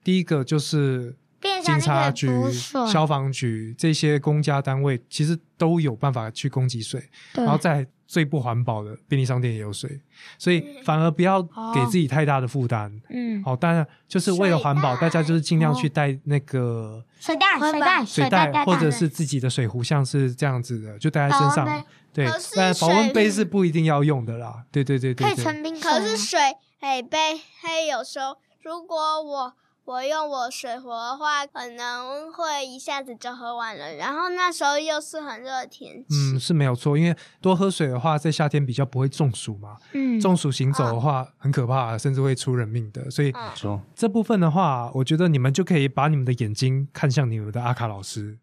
[SPEAKER 1] 第一个就是
[SPEAKER 2] 便小
[SPEAKER 1] 警
[SPEAKER 2] 那
[SPEAKER 1] 察
[SPEAKER 2] 个
[SPEAKER 1] 局
[SPEAKER 2] 补、水，
[SPEAKER 1] 消防局这些公家单位其实都有办法去供给水，
[SPEAKER 2] 对
[SPEAKER 1] 然后再来最不环保的便利商店也有水，所以反而不要
[SPEAKER 2] 哦
[SPEAKER 1] 给自己太大的负担。
[SPEAKER 2] 嗯，
[SPEAKER 1] 好，哦当然就是为了环保，
[SPEAKER 2] 水袋
[SPEAKER 1] 大家就是尽量去带那个
[SPEAKER 2] 水袋、
[SPEAKER 4] 环
[SPEAKER 2] 水
[SPEAKER 4] 保
[SPEAKER 2] 袋、
[SPEAKER 1] 水
[SPEAKER 2] 袋
[SPEAKER 1] 袋，或者是自己的水壶，像是这样子的，就带在
[SPEAKER 2] 保
[SPEAKER 1] 身
[SPEAKER 2] 温
[SPEAKER 1] 上
[SPEAKER 2] 杯。
[SPEAKER 1] 对
[SPEAKER 3] 可是，
[SPEAKER 1] 但保温
[SPEAKER 3] 水
[SPEAKER 1] 杯是不一定要用的啦。对对对
[SPEAKER 2] 可
[SPEAKER 1] 对
[SPEAKER 2] 以
[SPEAKER 1] 对，
[SPEAKER 2] 存冰水啊。
[SPEAKER 3] 可是水，哎，被，嘿，有时候如果我我用我水壶的话，可能会一下子就喝完了。然后那时候又是很热的天气，
[SPEAKER 1] 嗯，是没有错，因为多喝水的话，在夏天比较不会中暑嘛。
[SPEAKER 2] 嗯，
[SPEAKER 1] 中暑行走的话很可怕，甚至会出人命的。所以
[SPEAKER 3] 嗯
[SPEAKER 6] 说
[SPEAKER 1] 这部分的话，我觉得你们就可以把你们的眼睛看向你们的阿卡老师，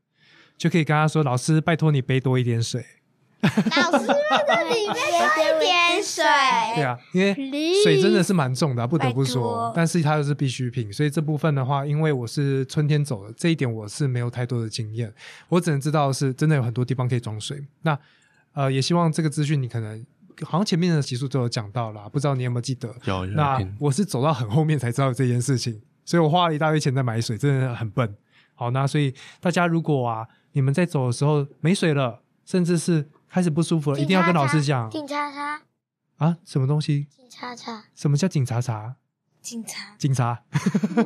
[SPEAKER 1] 就可以跟他说：“老师，拜托你背多一点水。”
[SPEAKER 3] 老师在这里面多一点水。
[SPEAKER 1] 对啊，因为
[SPEAKER 2] Please
[SPEAKER 1] 水真的是蛮重的啊、不得不
[SPEAKER 4] 哎拜
[SPEAKER 1] 说
[SPEAKER 4] 托，
[SPEAKER 1] 但是它又是必需品，所以这部分的话，因为我是春天走的，这一点我是没有太多的经验，我只能知道是真的有很多地方可以装水。那呃，也希望这个资讯你可能好像前面的集数都有讲到啦，不知道你有没有记得？
[SPEAKER 6] 有有
[SPEAKER 1] 那
[SPEAKER 6] 听
[SPEAKER 1] 我是走到很后面才知道这件事情，所以我花了一大堆钱在买水，真的很笨。好，那所以大家如果啊，你们在走的时候没水了，甚至是开始不舒服了，一定要跟老师讲
[SPEAKER 2] 警察查，
[SPEAKER 1] 啊，什么东西？
[SPEAKER 2] 警察查，
[SPEAKER 1] 什么叫警察查？
[SPEAKER 4] 警察
[SPEAKER 1] 警察？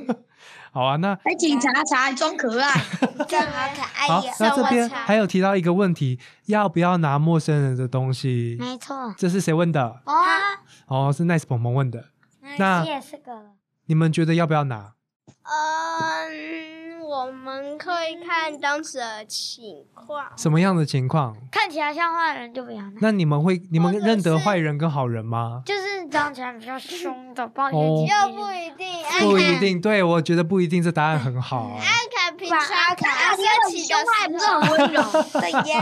[SPEAKER 1] 好啊，那
[SPEAKER 5] 还警察查还装可爱，
[SPEAKER 4] 这样好可爱
[SPEAKER 1] 好
[SPEAKER 4] 呀，，
[SPEAKER 1] 那这边
[SPEAKER 3] 上网查
[SPEAKER 1] 还有提到一个问题，要不要拿陌生人的东西？
[SPEAKER 2] 没错。
[SPEAKER 1] 这是谁问的？
[SPEAKER 2] 哦，
[SPEAKER 1] 哦，是 Nice 鹏鹏问的。那
[SPEAKER 2] 也是个
[SPEAKER 1] 你们觉得要不要拿？
[SPEAKER 3] 嗯，我们可以看当时的情况。
[SPEAKER 1] 什么样的情况？
[SPEAKER 2] 看起来像坏人就不要拿，
[SPEAKER 1] 那你们会你们
[SPEAKER 3] 或者
[SPEAKER 1] 认得
[SPEAKER 3] 是
[SPEAKER 1] 坏人跟好人吗？
[SPEAKER 2] 就是长起来比较凶的， 抱歉。
[SPEAKER 1] 哦
[SPEAKER 3] 又不一定，阿
[SPEAKER 1] 不一
[SPEAKER 3] 凯，
[SPEAKER 1] 定，对我觉得不一定，这答案很好、啊。
[SPEAKER 3] 阿凯平常
[SPEAKER 4] 阿凯
[SPEAKER 3] 阿生气的
[SPEAKER 5] 还不
[SPEAKER 3] 时
[SPEAKER 5] 是
[SPEAKER 3] 候，
[SPEAKER 5] 很温柔。
[SPEAKER 4] 对 呀，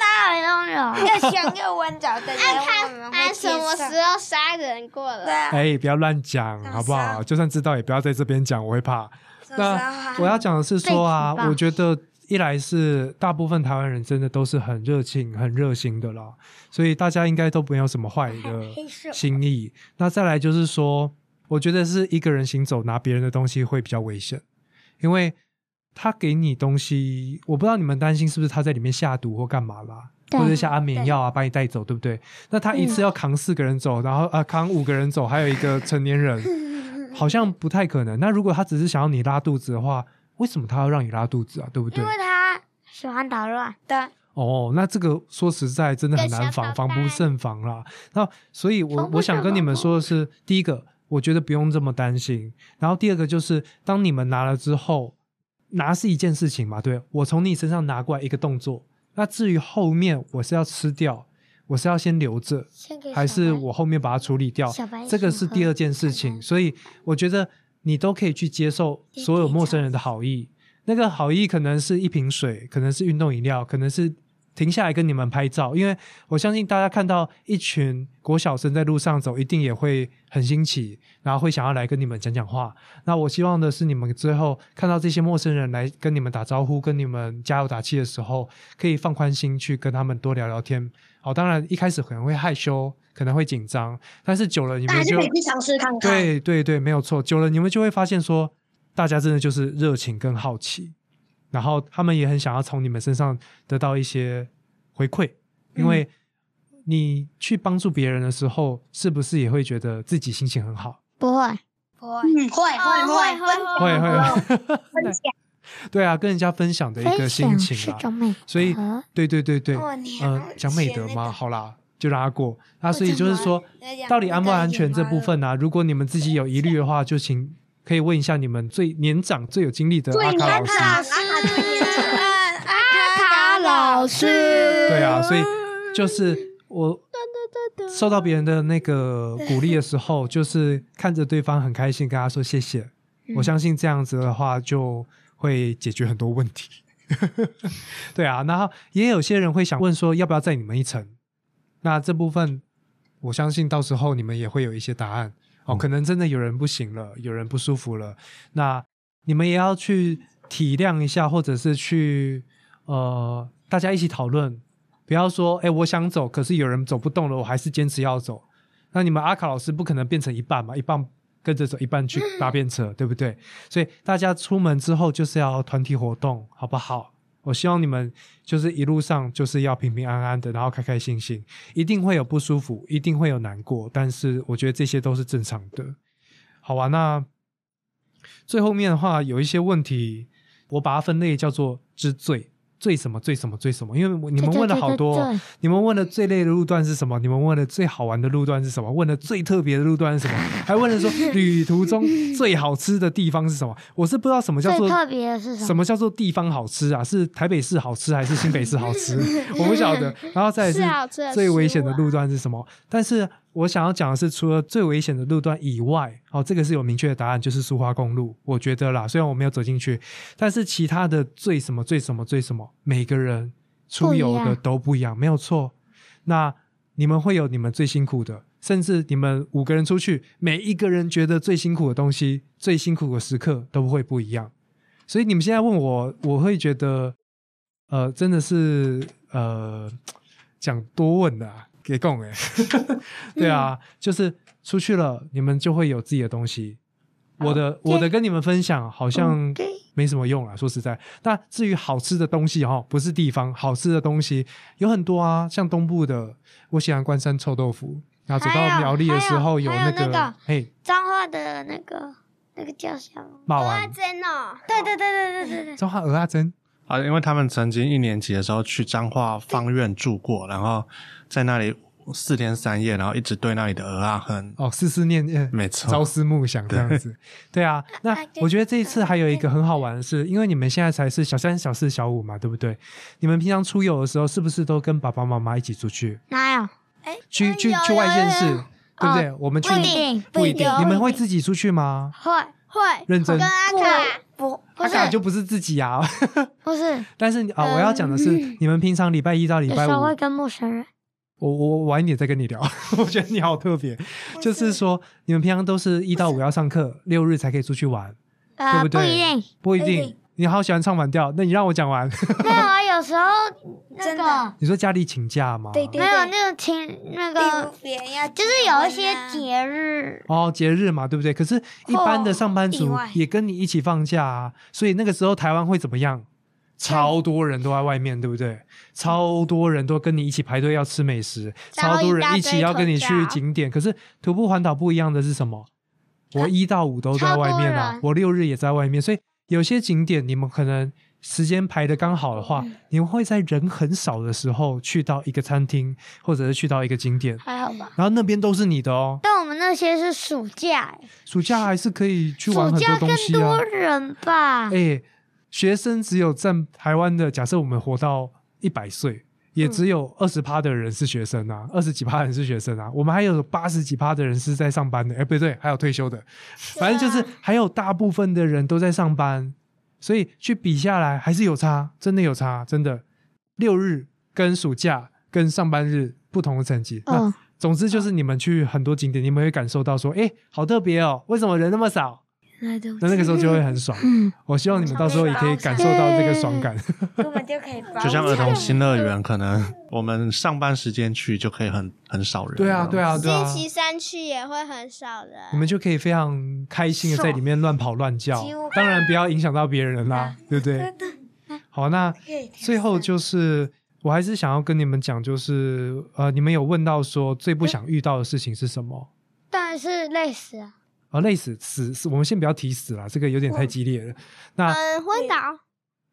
[SPEAKER 2] 哪有那种人？
[SPEAKER 4] 又香又温柔的
[SPEAKER 3] 阿
[SPEAKER 4] 人，我们
[SPEAKER 3] 凯，
[SPEAKER 4] 会
[SPEAKER 3] 阿哎什么
[SPEAKER 4] 接受
[SPEAKER 3] 时候杀人过
[SPEAKER 4] 对
[SPEAKER 3] 了？
[SPEAKER 4] 啊，
[SPEAKER 1] 哎、不要乱讲，
[SPEAKER 4] 那
[SPEAKER 1] 好不好？
[SPEAKER 4] 是啊
[SPEAKER 1] 就算知道，也不要在这边讲，我会怕。
[SPEAKER 4] 什么时候
[SPEAKER 1] 那
[SPEAKER 4] 啊
[SPEAKER 1] 我要讲的是说啊
[SPEAKER 2] 被举，报
[SPEAKER 1] 我觉得一来是大部分台湾人真的都是很热情、很热心的啦，所以大家应该都没有什么坏 的心意。那再来就是说，我觉得是一个人行走拿别人的东西会比较危险，因为他给你东西，我不知道你们担心是不是他在里面下毒或干嘛啦。
[SPEAKER 2] 对
[SPEAKER 1] 或者下安眠药啊，把你带走，对不对？那他一次要扛四个人走，然后呃扛五个人走，还有一个成年人，好像不太可能。那如果他只是想要你拉肚子的话，为什么他要让你拉肚子啊？对不对
[SPEAKER 2] 因？为他喜欢捣乱。
[SPEAKER 4] 的
[SPEAKER 1] 哦，那这个说实在真的很难防，
[SPEAKER 3] 要
[SPEAKER 1] 防
[SPEAKER 3] 小捣蛋
[SPEAKER 1] 不胜防啦。那所以我，
[SPEAKER 2] 防
[SPEAKER 1] 我
[SPEAKER 2] 不胜
[SPEAKER 1] 想跟你们说的是，第一个，我觉得不用这么担心。然后第二个就是，当你们拿了之后，拿是一件事情嘛，对我从你身上拿过来一个动作。那至于后面我是要吃掉，我是要先留着，
[SPEAKER 2] 先给小白
[SPEAKER 1] 还是我后面把它处理掉
[SPEAKER 2] 小白，
[SPEAKER 1] 这个是
[SPEAKER 2] 鼠喝
[SPEAKER 1] 第二件事情。所以我觉得你都可以去接受所有陌生人的好意。那个好意可能是一瓶水，可能是运动饮料，可能是停下来跟你们拍照，因为我相信大家看到一群国小生在路上走，一定也会很新奇，然后会想要来跟你们讲讲话。那我希望的是，你们最后看到这些陌生人来跟你们打招呼、跟你们加油打气的时候，可以放宽心去跟他们多聊聊天。好，当然一开始可能会害羞，可能会紧张，但是久了你
[SPEAKER 5] 那还
[SPEAKER 1] 们
[SPEAKER 5] 是
[SPEAKER 1] 就
[SPEAKER 5] 可以去尝试看看。，
[SPEAKER 1] 对对对，没有错。久了你们就会发现说，大家真的就是热情跟好奇，然后他们也很想要从你们身上得到一些回馈，因为你去帮助别人的时候，是不是也会觉得自己心情很好？
[SPEAKER 2] 不会，
[SPEAKER 4] 不会
[SPEAKER 5] 嗯，会
[SPEAKER 3] 哦
[SPEAKER 5] 会
[SPEAKER 3] 会
[SPEAKER 5] 会
[SPEAKER 1] 会
[SPEAKER 5] 分
[SPEAKER 1] 会
[SPEAKER 5] 哦
[SPEAKER 1] 会，
[SPEAKER 5] 分享。
[SPEAKER 1] 对啊，跟人家分享的一个
[SPEAKER 2] 分
[SPEAKER 1] 心
[SPEAKER 2] 享
[SPEAKER 1] 情
[SPEAKER 2] 是嗯
[SPEAKER 1] 啊，
[SPEAKER 2] 种美
[SPEAKER 1] 所以
[SPEAKER 2] 德。
[SPEAKER 1] 对对对对，
[SPEAKER 4] 哦你还
[SPEAKER 1] 嗯
[SPEAKER 4] 要，
[SPEAKER 1] 讲美
[SPEAKER 4] 写
[SPEAKER 1] 德
[SPEAKER 4] 那
[SPEAKER 1] 嘛，
[SPEAKER 4] 个哦
[SPEAKER 1] 好啦，就让他过。那
[SPEAKER 4] 我
[SPEAKER 1] 所以
[SPEAKER 4] 讲
[SPEAKER 1] 就是
[SPEAKER 4] 完
[SPEAKER 1] 说
[SPEAKER 4] 再，讲
[SPEAKER 1] 到底
[SPEAKER 4] 那
[SPEAKER 1] 安不
[SPEAKER 4] 个
[SPEAKER 1] 安
[SPEAKER 4] 野
[SPEAKER 1] 全这
[SPEAKER 4] 花
[SPEAKER 1] 部
[SPEAKER 4] 了
[SPEAKER 1] 分啊，如果你们自己有疑虑的话，就请可以问一下你们最年长最有经历的
[SPEAKER 5] 最
[SPEAKER 1] 阿卡
[SPEAKER 5] 年
[SPEAKER 1] 老 师。
[SPEAKER 4] 啊
[SPEAKER 5] 长
[SPEAKER 4] 阿
[SPEAKER 2] 卡老师，
[SPEAKER 1] 对啊，所以就是我受到别人的那个鼓励的时候，就是看着对方很开心，跟他说谢谢。我相信这样子的话，就会解决很多问题。 对啊，然后也有些人会想问说，要不要载你们一程？那这部分，我相信到时候你们也会有一些答案哦。可能真的有人不行了，有人不舒服了，那你们也要去体谅一下，或者是去呃，大家一起讨论，不要说，哎、我想走，可是有人走不动了，我还是坚持要走。那你们阿卡老师不可能变成一半嘛，一半跟着走，一半去搭便车，对不对？所以大家出门之后就是要团体活动，好不好？我希望你们就是一路上就是要平平安安的，然后开开心心，一定会有不舒服，一定会有难过，但是我觉得这些都是正常的。好吧、那最后面的话有一些问题，我把它分类叫做之最。最什么最什么最什么？因为我你们问了好多
[SPEAKER 2] 对对对对
[SPEAKER 1] 哦
[SPEAKER 2] 对，
[SPEAKER 1] 你们问了最累的路段是什么？你们问了最好玩的路段是什么？问了最特别的路段是什么？还问了 说旅途中最好吃的地方是什么？我是不知道什么叫做
[SPEAKER 2] 最特别的是什么
[SPEAKER 1] 什么叫做地方好吃啊？是台北市好吃还是新北市好吃？我不晓得。然后再来
[SPEAKER 3] 是好吃的
[SPEAKER 1] 是最危险的
[SPEAKER 3] 食物啊
[SPEAKER 1] 路段是什么？但是我想要讲的是，除了最危险的路段以外，哦，这个是有明确的答案，就是苏花公路。我觉得啦，虽然我没有走进去，但是其他的最什么最什么最什么，每个人出游
[SPEAKER 2] 不一
[SPEAKER 1] 的
[SPEAKER 2] 样
[SPEAKER 1] 都不一样，没有错。那你们会有你们最辛苦的，甚至你们五个人出去，每一个人觉得最辛苦的东西、最辛苦的时刻都会不一样。所以你们现在问我，我会觉得，呃，真的是呃，讲多问的、啊，给供 哎，对啊，就是出去了，你们就会有自己的东西。我的我的跟你们分享好
[SPEAKER 2] 嗯
[SPEAKER 1] 像没什么用啊啦，说实在。那至于好吃的东西哈，不是地方好吃的东西有很多啊，像东部的我喜欢关山臭豆腐，然后走
[SPEAKER 2] 还
[SPEAKER 1] 到
[SPEAKER 2] 有
[SPEAKER 1] 苗栗的时候
[SPEAKER 2] 还有
[SPEAKER 1] 那
[SPEAKER 2] 还有那
[SPEAKER 1] 个
[SPEAKER 2] 个
[SPEAKER 1] 嘿
[SPEAKER 2] 脏话的那个那个叫什么？
[SPEAKER 1] 骂
[SPEAKER 3] 哇，
[SPEAKER 1] 完
[SPEAKER 3] 真哦，
[SPEAKER 2] 对对对对对对对，
[SPEAKER 1] 中华鹅阿珍，
[SPEAKER 6] 啊，因为他们曾经一年级的时候去彰化方院住过，然后在那里四天三夜，然后一直对那里的鹅啊很，
[SPEAKER 1] 哦，思思念念，
[SPEAKER 6] 没
[SPEAKER 1] 朝
[SPEAKER 6] 错，
[SPEAKER 1] 思暮想这样子。对啊，那我觉得这一次还有一个很好玩的是，因为你们现在才是小三、小四、小五嘛，对不对？你们平常出游的时候，是不是都跟爸爸妈妈一起出去？
[SPEAKER 2] 哪有？
[SPEAKER 1] 去去
[SPEAKER 3] 有
[SPEAKER 1] 去外县市
[SPEAKER 3] 有有，
[SPEAKER 1] 对不对？我们去
[SPEAKER 2] 不一定
[SPEAKER 1] 不一
[SPEAKER 4] 不一
[SPEAKER 1] 定
[SPEAKER 4] 定，
[SPEAKER 1] 你们会自己出去吗？
[SPEAKER 2] 会
[SPEAKER 3] 会
[SPEAKER 1] 认真
[SPEAKER 3] 跟阿卡
[SPEAKER 4] 不
[SPEAKER 1] 阿
[SPEAKER 2] 不
[SPEAKER 1] 嘎
[SPEAKER 2] 是
[SPEAKER 1] 就不是自己啊，
[SPEAKER 2] 不是，
[SPEAKER 1] 但是啊，我要讲的是，你们平常礼拜一到礼
[SPEAKER 2] 有
[SPEAKER 1] 拜
[SPEAKER 2] 时
[SPEAKER 1] 五
[SPEAKER 2] 候会跟陌生人。
[SPEAKER 1] 我我我晚一点再跟你聊，我觉得你好特别，就是说你们平常都是一到五要上课，六日才可以出去玩，对
[SPEAKER 2] 呃，
[SPEAKER 1] 不对？
[SPEAKER 2] 一定。，
[SPEAKER 1] 不一
[SPEAKER 4] 不一
[SPEAKER 1] 定
[SPEAKER 4] 定。
[SPEAKER 1] 你好喜欢唱反调，那你让我讲完。
[SPEAKER 2] 没有啊，有时候那
[SPEAKER 4] 真的
[SPEAKER 2] 个
[SPEAKER 1] 你说家里请假吗？
[SPEAKER 4] 对对
[SPEAKER 2] 没有那个亲那个，
[SPEAKER 4] 别人要
[SPEAKER 2] 就是有一些节日，
[SPEAKER 1] 哦，节日嘛，对不对？可是，一般的上班
[SPEAKER 4] 或意
[SPEAKER 1] 族
[SPEAKER 4] 外
[SPEAKER 1] 也跟你一起放假啊，所以那个时候台湾会怎么样？超多人都在外面，对不对？超多人都跟你一起排队要吃美食，
[SPEAKER 3] 然后
[SPEAKER 1] 超多
[SPEAKER 3] 一大
[SPEAKER 1] 人
[SPEAKER 3] 堆
[SPEAKER 1] 一起要跟你去
[SPEAKER 3] 口罩
[SPEAKER 1] 景点。可是徒步环岛不一样的是什么？我一到五都在外面
[SPEAKER 2] 超多
[SPEAKER 1] 啊
[SPEAKER 2] 人，
[SPEAKER 1] 我六日也在外面，所以有些景点你们可能时间排的刚好的话，你们会在人很少的时候去到一个餐厅，或者是去到一个景点，
[SPEAKER 3] 还好吧？
[SPEAKER 1] 然后那边都是你的哦。
[SPEAKER 2] 但我们那些是暑假，
[SPEAKER 1] 暑假还是可以去玩
[SPEAKER 2] 暑
[SPEAKER 1] 很
[SPEAKER 2] 假更
[SPEAKER 1] 东西啊
[SPEAKER 2] 多。人吧
[SPEAKER 5] 嗯
[SPEAKER 1] 哎、。学生只有占台湾的，假设我们活到一百岁，
[SPEAKER 5] 嗯
[SPEAKER 1] 也只有二十趴的人是学生啊，二十几趴的人是学生啊，我们还有八十几趴的人是在上班的，哎、不对，还有退休的，反正
[SPEAKER 5] 啊
[SPEAKER 1] 就是还有大部分的人都在上班，所以去比下来还是有差，真的有差，真的。六日跟暑假、跟上班日不同的层级。那
[SPEAKER 5] 嗯
[SPEAKER 1] 总之就是你们去很多景点，你们会感受到说，哎、好特别哦，为什么人那么少？
[SPEAKER 4] 那都
[SPEAKER 1] 那那个时候就会很爽。
[SPEAKER 5] 嗯，
[SPEAKER 1] 我希望你们到时候也可以感受到这个爽感。
[SPEAKER 4] 根本就可以包
[SPEAKER 6] 就像儿童新乐园，可能我们上班时间去就可以很很少 人。
[SPEAKER 1] 对啊，对啊，对啊
[SPEAKER 3] 星，期三去也会很少人。
[SPEAKER 1] 你们就可以非常开心的在里面乱跑乱叫
[SPEAKER 4] 几乎，
[SPEAKER 1] 当然不要影响到别人啦，对不对？好，那最后就是，我还是想要跟你们讲，就是呃，你们有问到说最不想遇到的事情是什么？
[SPEAKER 2] 但是累死了。
[SPEAKER 1] 啊，累死死死，我们先不要提死啦，这个有点太激烈了。那
[SPEAKER 3] 嗯，昏倒，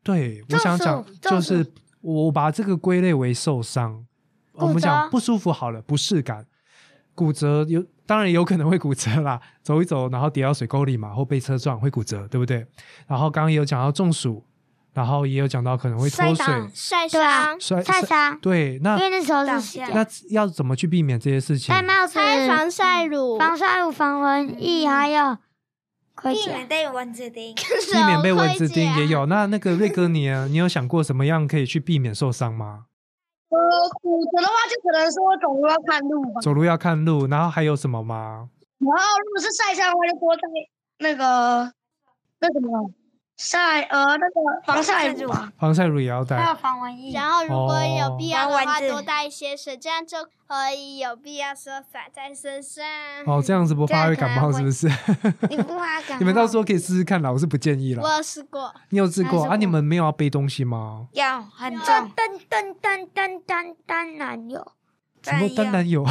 [SPEAKER 1] 对，我
[SPEAKER 2] 中
[SPEAKER 1] 想
[SPEAKER 2] 暑
[SPEAKER 1] 讲就
[SPEAKER 2] 中
[SPEAKER 1] 是
[SPEAKER 2] 暑
[SPEAKER 1] 我把这个归类为受伤，呃我们讲
[SPEAKER 2] 骨折
[SPEAKER 1] 不舒服好了，不适感，骨折有当然有可能会骨折啦，走一走然后跌到水沟里嘛，或被车撞会骨折，对不对？然后刚刚也有讲到中暑，然后也有讲到可能会脱
[SPEAKER 2] 摔
[SPEAKER 1] 水
[SPEAKER 2] 倒、
[SPEAKER 3] 晒
[SPEAKER 2] 对啊
[SPEAKER 3] 伤，
[SPEAKER 1] 摔
[SPEAKER 2] 晒伤，
[SPEAKER 1] 对，那
[SPEAKER 2] 因为那时候是暑
[SPEAKER 4] 打架
[SPEAKER 2] 假
[SPEAKER 1] 那要怎么去避免这些事情
[SPEAKER 2] 戴？帽子、
[SPEAKER 3] 擦防晒乳，
[SPEAKER 2] 防晒乳、防蚊液，还有盔
[SPEAKER 4] 避
[SPEAKER 2] 甲。
[SPEAKER 4] 免被蚊子叮。
[SPEAKER 1] 避免被蚊
[SPEAKER 2] 哦
[SPEAKER 1] 子叮也
[SPEAKER 3] 有。
[SPEAKER 1] 有。那那个瑞哥你啊，你有想过什么样可以去避免受伤吗？
[SPEAKER 5] 呃，骨折的话就可能说走路要看路吧，
[SPEAKER 1] 走路要看路，然后还有什么吗？
[SPEAKER 5] 然后如果是晒伤的话就多带那个那什么晒呃那个防晒乳吧。
[SPEAKER 1] 防晒乳也要带。
[SPEAKER 2] 防蚊液
[SPEAKER 3] 然后如果有必要的
[SPEAKER 4] 哦
[SPEAKER 3] 话，多带一些水，这样就可以有必要时候洒在身上。
[SPEAKER 1] 哦，这样子不怕会
[SPEAKER 2] 嗯这样
[SPEAKER 1] 感
[SPEAKER 2] 可能
[SPEAKER 1] 冒是不是？
[SPEAKER 2] 你不怕感冒？哎
[SPEAKER 1] 你们到时候可以试试看啦，我是不建议
[SPEAKER 3] 我
[SPEAKER 1] 啦。
[SPEAKER 3] 有试过，
[SPEAKER 1] 你有试
[SPEAKER 2] 还
[SPEAKER 1] 过
[SPEAKER 2] 是
[SPEAKER 1] 啊？
[SPEAKER 2] 我
[SPEAKER 1] 你们没有要背东西吗？
[SPEAKER 4] 要很
[SPEAKER 2] 噔
[SPEAKER 4] 重，
[SPEAKER 2] 噔噔噔噔噔，当然有，
[SPEAKER 1] 什么当然有，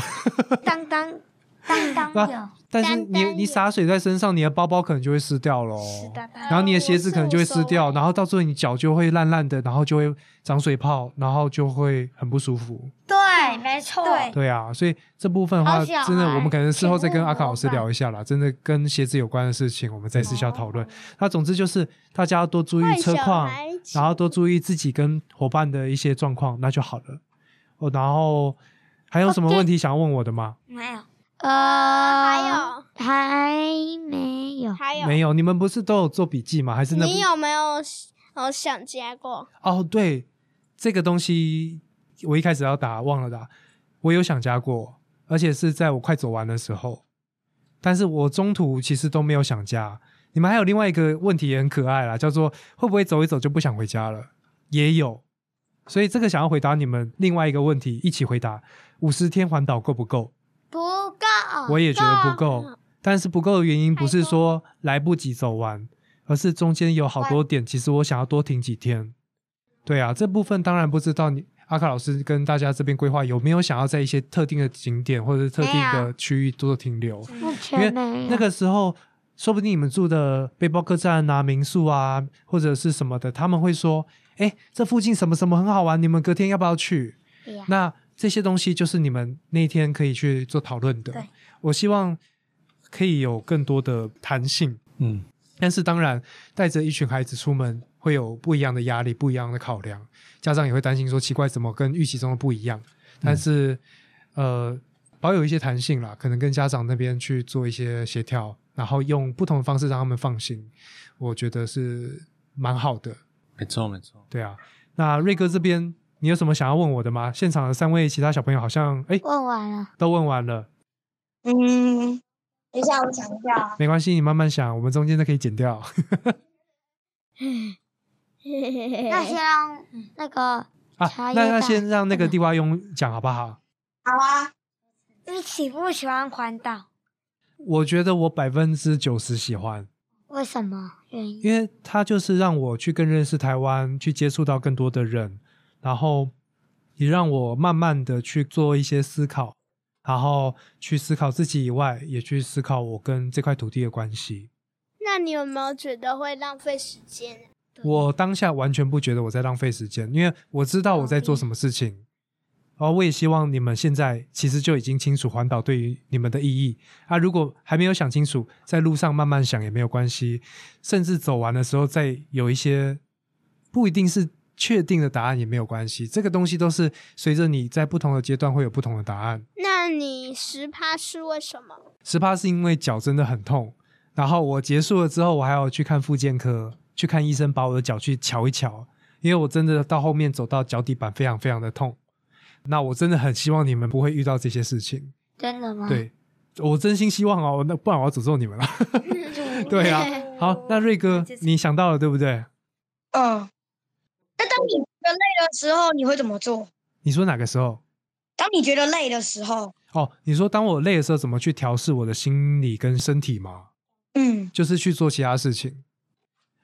[SPEAKER 2] 当当当当
[SPEAKER 1] 那
[SPEAKER 2] 有，
[SPEAKER 1] 但是你你洒水在身上，你的包包可能就会湿掉喽。然后你的鞋子可能就会湿掉，然后到最后你脚就会烂烂的，然后就会长水泡，然后就会很不舒服。
[SPEAKER 2] 对，没错
[SPEAKER 4] 对
[SPEAKER 1] 对啊，所以这部分的
[SPEAKER 2] 好
[SPEAKER 1] 话，
[SPEAKER 2] 小
[SPEAKER 1] 真的
[SPEAKER 2] 孩
[SPEAKER 1] 我们可能事后再跟
[SPEAKER 2] 请勿
[SPEAKER 1] 阿卡老师
[SPEAKER 2] 模仿
[SPEAKER 1] 聊一下啦。真的跟鞋子有关的事情，我们再私下讨论。那总之就是大家要多注
[SPEAKER 3] 哦坏
[SPEAKER 1] 意
[SPEAKER 3] 小
[SPEAKER 1] 车况，
[SPEAKER 3] 孩子
[SPEAKER 1] 然后多注意自己跟伙伴的一些状况，那就好了。哦，然后还
[SPEAKER 3] 哦
[SPEAKER 1] 有什么问题想要问我的吗？
[SPEAKER 4] 没有
[SPEAKER 2] 呃，
[SPEAKER 3] 还有
[SPEAKER 2] 还没有，
[SPEAKER 3] 还有，
[SPEAKER 1] 没有，你们不是都有做笔记吗？还是那
[SPEAKER 3] 你有没有有想家过？
[SPEAKER 1] 哦，对，这个东西我一开始要打忘了打，我有想加过，而且是在我快走完的时候，但是我中途其实都没有想加。你们还有另外一个问题也很可爱啦，叫做会不会走一走就不想回家了？也有，所以这个想要回答你们另外一个问题，一起回答：五十天环岛够不够？
[SPEAKER 2] 不够。
[SPEAKER 1] 我也觉得不
[SPEAKER 3] 够
[SPEAKER 1] 够，但是不够的原因不是说来不及走完，而是中间有好多点，其实我想要多停几天。对啊，这部分当然不知道你阿卡老师跟大家这边规划有没有想要在一些特定的景点或者是特定
[SPEAKER 2] 没
[SPEAKER 1] 的
[SPEAKER 2] 有
[SPEAKER 1] 区域做停留，因
[SPEAKER 2] 目
[SPEAKER 1] 为
[SPEAKER 2] 前没有
[SPEAKER 1] 那个时候说不定你们住的背包客栈啊、民宿啊或者是什么的，他们会说：“哎，这附近什么什么很好玩，你们隔天要不要去？”那这些东西就是你们那天可以去做讨论的
[SPEAKER 4] 对。
[SPEAKER 1] 我希望可以有更多的弹性，
[SPEAKER 6] 嗯，
[SPEAKER 1] 但是当然带着一群孩子出门会有不一样的压力、不一样的考量，家长也会担心说奇怪怎么跟预期中的不一样。但是、呃，保有一些弹性啦，可能跟家长那边去做一些协调，然后用不同的方式让他们放心，我觉得是蛮好的。
[SPEAKER 6] 没错没错。
[SPEAKER 1] 对啊，那瑞哥这边你有什么想要问我的吗？现场的三位其他小朋友好像哎
[SPEAKER 2] 问完了，
[SPEAKER 1] 都问完了，
[SPEAKER 5] 嗯，等一下我想一下啊。
[SPEAKER 1] 没关系，你慢慢想，我们中间都可以剪掉。
[SPEAKER 2] 那先让那个
[SPEAKER 1] 啊，
[SPEAKER 2] 茶叶
[SPEAKER 1] 那那
[SPEAKER 2] 蛋
[SPEAKER 1] 先让那个地瓜庸讲好不好？
[SPEAKER 5] 好啊，
[SPEAKER 4] 你喜不喜欢环岛？
[SPEAKER 1] 我觉得我百分之九十喜欢，
[SPEAKER 2] 为什么原因？
[SPEAKER 1] 因为它就是让我去更认识台湾，去接触到更多的人，然后也让我慢慢的去做一些思考，然后去思考自己以外，也去思考我跟这块土地的关系。
[SPEAKER 3] 那你有没有觉得会浪费时间啊？
[SPEAKER 1] 我当下完全不觉得我在浪费时间，因为我知道我在做什么事情。然后我也希望你们现在其实就已经清楚环岛对于你们的意义啊。如果还没有想清楚，在路上慢慢想也没有关系，甚至走完的时候再有一些不一定是确定的答案也没有关系。这个东西都是随着你在不同的阶段会有不同的答案。
[SPEAKER 3] 那你十趴是为什么？
[SPEAKER 1] 十趴是因为脚真的很痛，然后我结束了之后，我还要去看复健科，去看医生，把我的脚去瞧一瞧，因为我真的到后面走到脚底板非常非常的痛，那我真的很希望你们不会遇到这些事情。
[SPEAKER 2] 真的吗？，
[SPEAKER 1] 对我真心希望哦，那不然我要诅咒你们了。对啊，好，那瑞哥
[SPEAKER 4] 这，次
[SPEAKER 1] 你想到了对不对？
[SPEAKER 5] 嗯，那当你觉得累的时候，你会怎么做？
[SPEAKER 1] 你说哪个时候？
[SPEAKER 5] 当你觉得累的时候，
[SPEAKER 1] 哦，你说当我累的时候，怎么去调试我的心理跟身体吗？
[SPEAKER 5] 嗯，
[SPEAKER 1] 就是去做其他事情。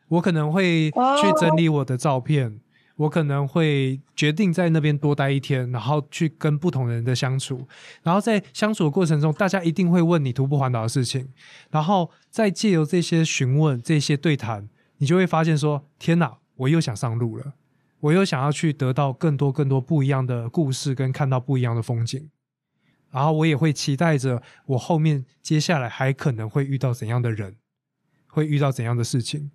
[SPEAKER 1] 我可能会去整理我的照片，我可能会决定在那边多待一天，然后去跟不同人的相处，然后在相处的过程中，大家一定会问你徒步环岛的事情，然后再借由这些询问、这些对谈，你就会发现说：天哪，我又想上路了，我又想要去得到更多、更多不一样的故事，跟看到不一样的风景。然后我也会期待着我后面接下来还可能会遇到怎样的人，会遇到怎样的事情。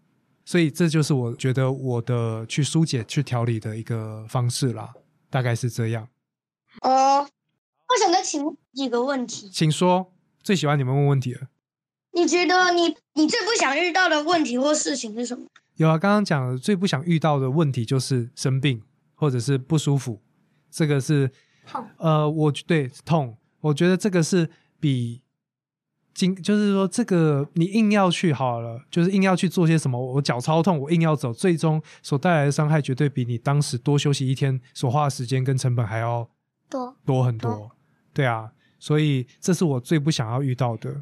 [SPEAKER 1] 所以这就是我觉得我的去疏解、去调理的一个方式啦，大概是这样。
[SPEAKER 5] 哦，我想再请几个问题。
[SPEAKER 1] 请说，最喜欢你们问问题了。
[SPEAKER 5] 你觉得你你最不想遇到的问题或事情是什么？
[SPEAKER 1] 有啊，刚刚讲的最不想遇到的问题就是生病或者是不舒服，这个是
[SPEAKER 2] 痛。
[SPEAKER 1] 呃，我对痛，我觉得这个是比经，就是说这个你硬要去好了，就是硬要去做些什么，我脚超痛，我硬要走，最终所带来的伤害绝对比你当时多休息一天所花的时间跟成本还要
[SPEAKER 2] 多
[SPEAKER 1] 多很多。对啊，所以这是我最不想要遇到的，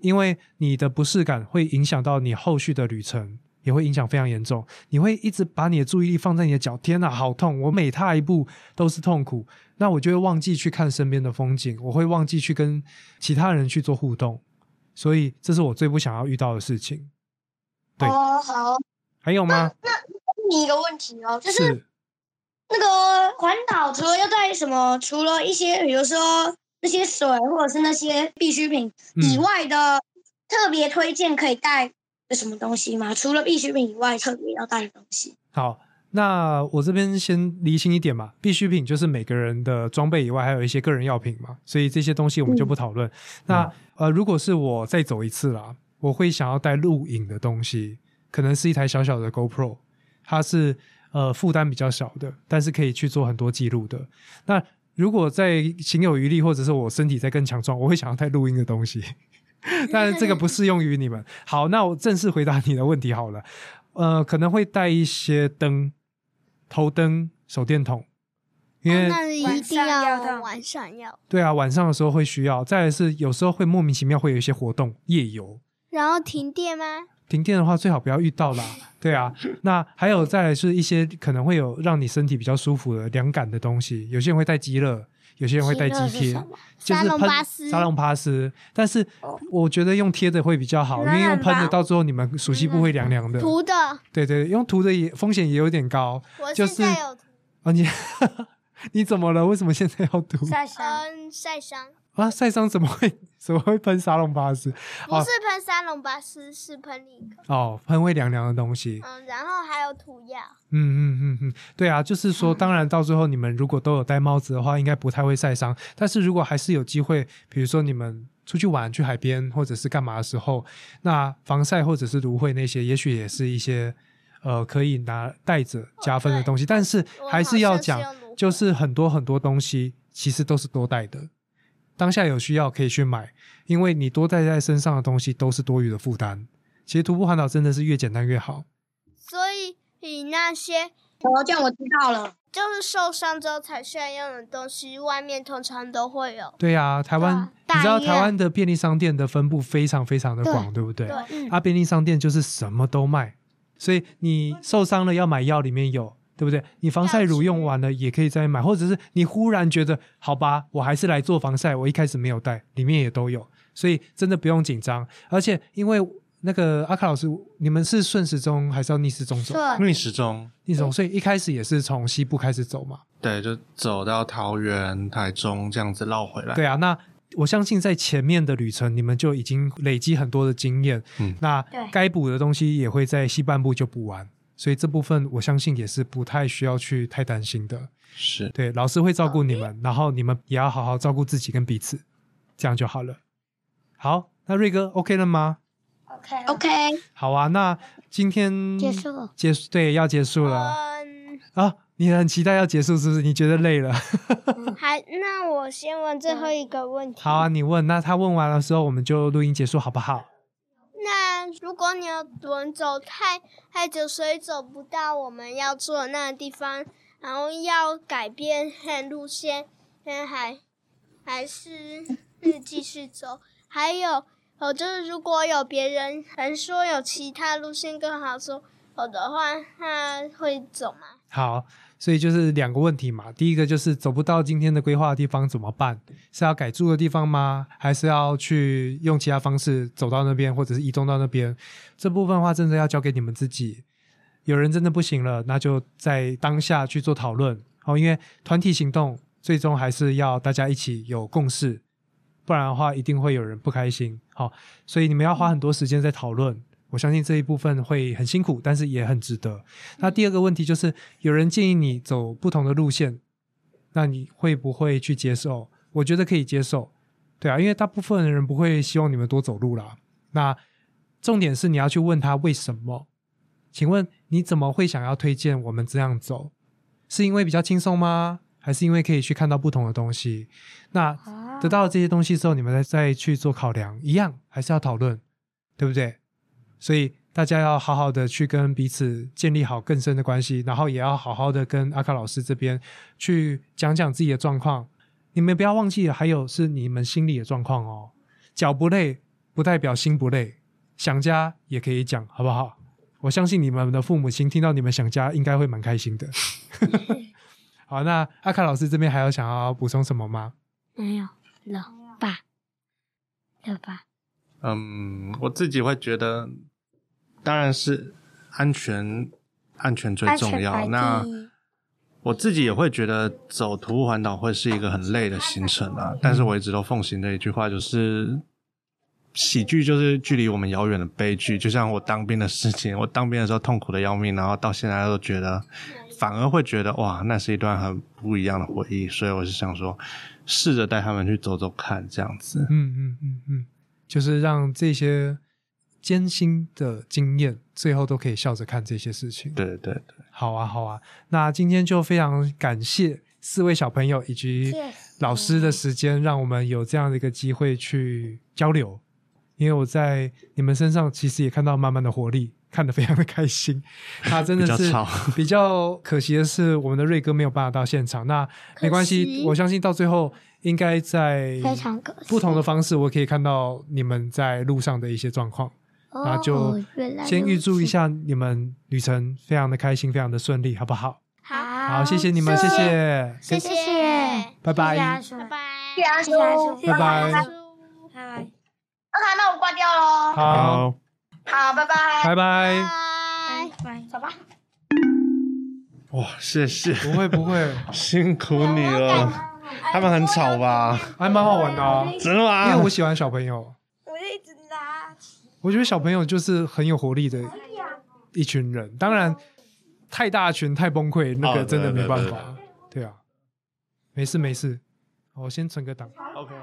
[SPEAKER 1] 因为你的不适感会影响到你后续的旅程，也会影响非常严重。你会一直把你的注意力放在你的脚，天哪，好痛！我每踏一步都是痛苦，那我就会忘记去看身边的风景，我会忘记去跟其他人去做互动，所以这是我最不想要遇到的事情。对
[SPEAKER 5] 哦，好，
[SPEAKER 1] 还有吗？
[SPEAKER 5] 问你一个问题哦，就是
[SPEAKER 1] 是
[SPEAKER 5] 那个环岛除了要带什么，除了一些比如说那些水或者是那些必需品以
[SPEAKER 1] 嗯
[SPEAKER 5] 外的，特别推荐可以带的什么东西吗？除了必需品以外，特别要带的东西。
[SPEAKER 1] 好，那我这边先厘清一点嘛，必需品就是每个人的装备以外，还有一些个人药品嘛，所以这些东西我们就不讨论。那、呃，如果是我再走一次啦，我会想要带录影的东西，可能是一台小小的 GoPro，它是呃负担比较小的，但是可以去做很多记录的。那如果在行有余力，或者是我身体在更强壮，我会想要带录音的东西。 但是这个不适用于你们。好，那我正式回答你的问题好了。呃，可能会带一些灯、头灯、手电筒，因为、
[SPEAKER 2] 那一
[SPEAKER 4] 晚
[SPEAKER 2] 定
[SPEAKER 4] 上要
[SPEAKER 2] 要
[SPEAKER 4] 的
[SPEAKER 2] 玩。
[SPEAKER 3] 晚上要，
[SPEAKER 1] 对啊，晚上的时候会需要。再来是有时候会莫名其妙会有一些活动，夜游。
[SPEAKER 3] 然后停电吗？
[SPEAKER 1] 停电的话，最好不要遇到 啦。对啊，那还有再来是一些可能会有让你身体比较舒服的凉感的东西，有些人会带鸡乐，有些人会带
[SPEAKER 2] 鸡
[SPEAKER 1] 鸡
[SPEAKER 2] 乐是
[SPEAKER 1] 贴
[SPEAKER 2] 什么，
[SPEAKER 1] 就是
[SPEAKER 2] 沙龙
[SPEAKER 1] 喷
[SPEAKER 2] 巴斯哦
[SPEAKER 1] 沙龙巴斯。但是我觉得用贴的会比较好，因为用喷的到最后你们熟悉部会凉凉的。
[SPEAKER 3] 涂的，
[SPEAKER 1] 对对，用涂的也风险也有点高
[SPEAKER 3] 我
[SPEAKER 1] 就
[SPEAKER 3] 现
[SPEAKER 1] 是
[SPEAKER 3] 在有涂，
[SPEAKER 1] 啊！你 你怎么了？为什么现在要涂
[SPEAKER 4] 晒伤，
[SPEAKER 3] 嗯，晒伤，
[SPEAKER 1] 啊？晒伤怎么会怎么会喷沙龙巴斯？
[SPEAKER 3] 不是喷三龙巴斯，是喷另一个，
[SPEAKER 1] 哦，喷会凉凉的东西。
[SPEAKER 3] 嗯，然后还有涂药，
[SPEAKER 1] 嗯嗯嗯嗯，对啊，就是说，当然到最后你们如果都有戴帽子的话，应该不太会晒伤。但是如果还是有机会，比如说你们出去玩、去海边或者是干嘛的时候，那防晒或者是芦荟那些，也许也是一些呃可以拿带着加分的
[SPEAKER 3] 哦对
[SPEAKER 1] 东西。但是
[SPEAKER 3] 我
[SPEAKER 1] 还
[SPEAKER 3] 好
[SPEAKER 1] 是要
[SPEAKER 3] 像是
[SPEAKER 1] 讲
[SPEAKER 3] 用芦荟，
[SPEAKER 1] 就是很多很多东西其实都是多带的，当下有需要可以去买，因为你多带在身上的东西都是多余的负担。其实徒步环岛真的是越简单越好。
[SPEAKER 3] 所以你那些
[SPEAKER 5] 哦，这样我知道了。
[SPEAKER 3] 就是受伤之后才需要用的东西，外面通常都会有。
[SPEAKER 1] 对呀、台湾、
[SPEAKER 2] 对啊
[SPEAKER 1] 你知道
[SPEAKER 2] 大医院
[SPEAKER 1] 台湾的便利商店的分布非常非常的广，对不对？
[SPEAKER 3] 对
[SPEAKER 2] 嗯
[SPEAKER 1] 啊，便利商店就是什么都卖，所以
[SPEAKER 2] 嗯
[SPEAKER 1] 你受伤了要买药，里面有。对不对？你防晒乳用完了也可以再买，或者是你忽然觉得好吧，我还是来做防晒，我一开始没有带，里面也都有，所以真的不用紧张。而且因为那个阿卡老师，你们是顺时钟还是要逆时钟走？
[SPEAKER 4] 啊
[SPEAKER 2] 顺
[SPEAKER 6] 逆时钟，
[SPEAKER 1] 逆时钟，所以一开始也是从西部开始走嘛。
[SPEAKER 6] 对，就走到桃园、台中这样子绕回来。
[SPEAKER 1] 对啊，那我相信在前面的旅程，你们就已经累积很多的经验，
[SPEAKER 6] 嗯
[SPEAKER 1] 那
[SPEAKER 4] 对
[SPEAKER 1] 该补的东西也会在西半部就补完，所以这部分我相信也是不太需要去太担心的。
[SPEAKER 6] 是
[SPEAKER 1] 对，老师会照顾你们，然后你们也要好好照顾自己跟彼此，这样就好了。好，那瑞哥 OK 了吗？
[SPEAKER 4] ，OK
[SPEAKER 5] OK，
[SPEAKER 1] 好啊，那今天
[SPEAKER 2] 结束了啊
[SPEAKER 1] 结束对，要结束了、
[SPEAKER 3] 嗯，
[SPEAKER 1] 啊！你很期待要结束，是不是？你觉得累了？
[SPEAKER 3] 嗯还那我先问最后一个问题。
[SPEAKER 1] 好啊，你问。那他问完的时候，我们就录音结束，好不好？
[SPEAKER 3] 那如果你有轮走太太久，所以走不到我们要住的那个地方，然后要改变路线，嗯，还还是是继续走。还有，哦，就是如果有别人还说有其他路线更好走，我的话，那会走吗？
[SPEAKER 1] 好，所以就是两个问题嘛。第一个就是走不到今天的规划的地方怎么办？是要改住的地方吗？还是要去用其他方式走到那边，或者是移动到那边？这部分的话，真的要交给你们自己。有人真的不行了，那就在当下去做讨论。好、因为团体行动最终还是要大家一起有共识，不然的话一定会有人不开心。好、所以你们要花很多时间在讨论。我相信这一部分会很辛苦，但是也很值得。那第二个问题就是，有人建议你走不同的路线，那你会不会去接受？我觉得可以接受，对啊，因为大部分的人不会希望你们多走路啦。那重点是你要去问他为什么？请问你怎么会想要推荐我们这样走？是因为比较轻松吗？还是因为可以去看到不同的东西？那
[SPEAKER 2] 哦
[SPEAKER 4] 啊
[SPEAKER 1] 得到了这些东西之后，你们再再去做考量，一样还是要讨论，对不对？所以大家要好好的去跟彼此建立好更深的关系，然后也要好好的跟阿卡老师这边去讲讲自己的状况。你们不要忘记了，还有是你们心理的状况哦。脚不累不代表心不累，想家也可以讲，好不好？我相信你们的父母亲听到你们想家，应该会蛮开心的。 好，那阿卡老师这边还有想要补充什么吗？
[SPEAKER 2] 没有了吧？了吧？
[SPEAKER 6] 嗯，我自己会觉得，当然是安全，安全最
[SPEAKER 4] 安全
[SPEAKER 6] 重
[SPEAKER 4] 排
[SPEAKER 6] 要。
[SPEAKER 4] 第
[SPEAKER 6] 那
[SPEAKER 4] 一
[SPEAKER 6] 我自己也会觉得走徒步环岛会是一个很累的行程啊，但是我一直都奉行的一句话就是，喜剧就是距离我们遥远的悲剧。就像我当兵的事情，我当兵的时候痛苦的要命，然后到现在都觉得，反而会觉得哇，那是一段很不一样的回忆。所以我是想说，试着带他们去走走看，这样子。
[SPEAKER 1] 嗯嗯嗯嗯，就是让这些艰辛的经验，最后都可以笑着看这些事情。
[SPEAKER 6] 对对对，
[SPEAKER 1] 好啊，好啊。那今天就非常感谢四位小朋友以及
[SPEAKER 2] 谢谢
[SPEAKER 1] 老师的时间，让我们有这样的一个机会去交流。因为我在你们身上其实也看到满满的活力，看得非常的开心。那真的
[SPEAKER 6] 比较
[SPEAKER 1] 是
[SPEAKER 6] 吵
[SPEAKER 1] 比较可惜的是，我们的瑞哥没有办法到现场。那没关
[SPEAKER 3] 可
[SPEAKER 1] 系，
[SPEAKER 3] 惜
[SPEAKER 1] 我相信到最后应该在
[SPEAKER 2] 非常可惜
[SPEAKER 1] 嗯不同的方式，我可以看到你们在路上的一些状况。那就
[SPEAKER 2] 哦原来
[SPEAKER 1] 先预祝一
[SPEAKER 2] 如此
[SPEAKER 1] 下你们旅程非常的开心，非常的顺利，好不好？
[SPEAKER 3] 好，
[SPEAKER 1] 好，谢谢你们，谢谢，啊
[SPEAKER 3] 谢
[SPEAKER 2] 谢谢
[SPEAKER 1] 拜拜
[SPEAKER 2] 谢谢阿叔
[SPEAKER 3] 拜拜，
[SPEAKER 5] 谢谢阿叔，
[SPEAKER 4] 谢谢
[SPEAKER 1] 拜拜
[SPEAKER 4] 阿叔
[SPEAKER 3] 叔
[SPEAKER 4] 拜拜。
[SPEAKER 5] 阿卡，那我挂掉喽。
[SPEAKER 1] 好，，
[SPEAKER 5] 好，拜拜。
[SPEAKER 1] 拜拜。
[SPEAKER 3] 拜。
[SPEAKER 4] 拜
[SPEAKER 5] 走吧。
[SPEAKER 6] 哇，谢谢，
[SPEAKER 1] 不会不会，
[SPEAKER 6] 辛苦你了。他们很吵吧？
[SPEAKER 1] 还蛮好玩的啊，
[SPEAKER 6] 真的吗？
[SPEAKER 1] 因为我喜欢小朋友，
[SPEAKER 4] 我一直拉
[SPEAKER 1] 我觉得小朋友就是很有活力的一群人。当然，太大群太崩溃，那个
[SPEAKER 6] 哦
[SPEAKER 1] 真的没
[SPEAKER 6] 对对
[SPEAKER 1] 办
[SPEAKER 6] 对
[SPEAKER 1] 法。对啊，没事没事，我先存个档。
[SPEAKER 6] OK。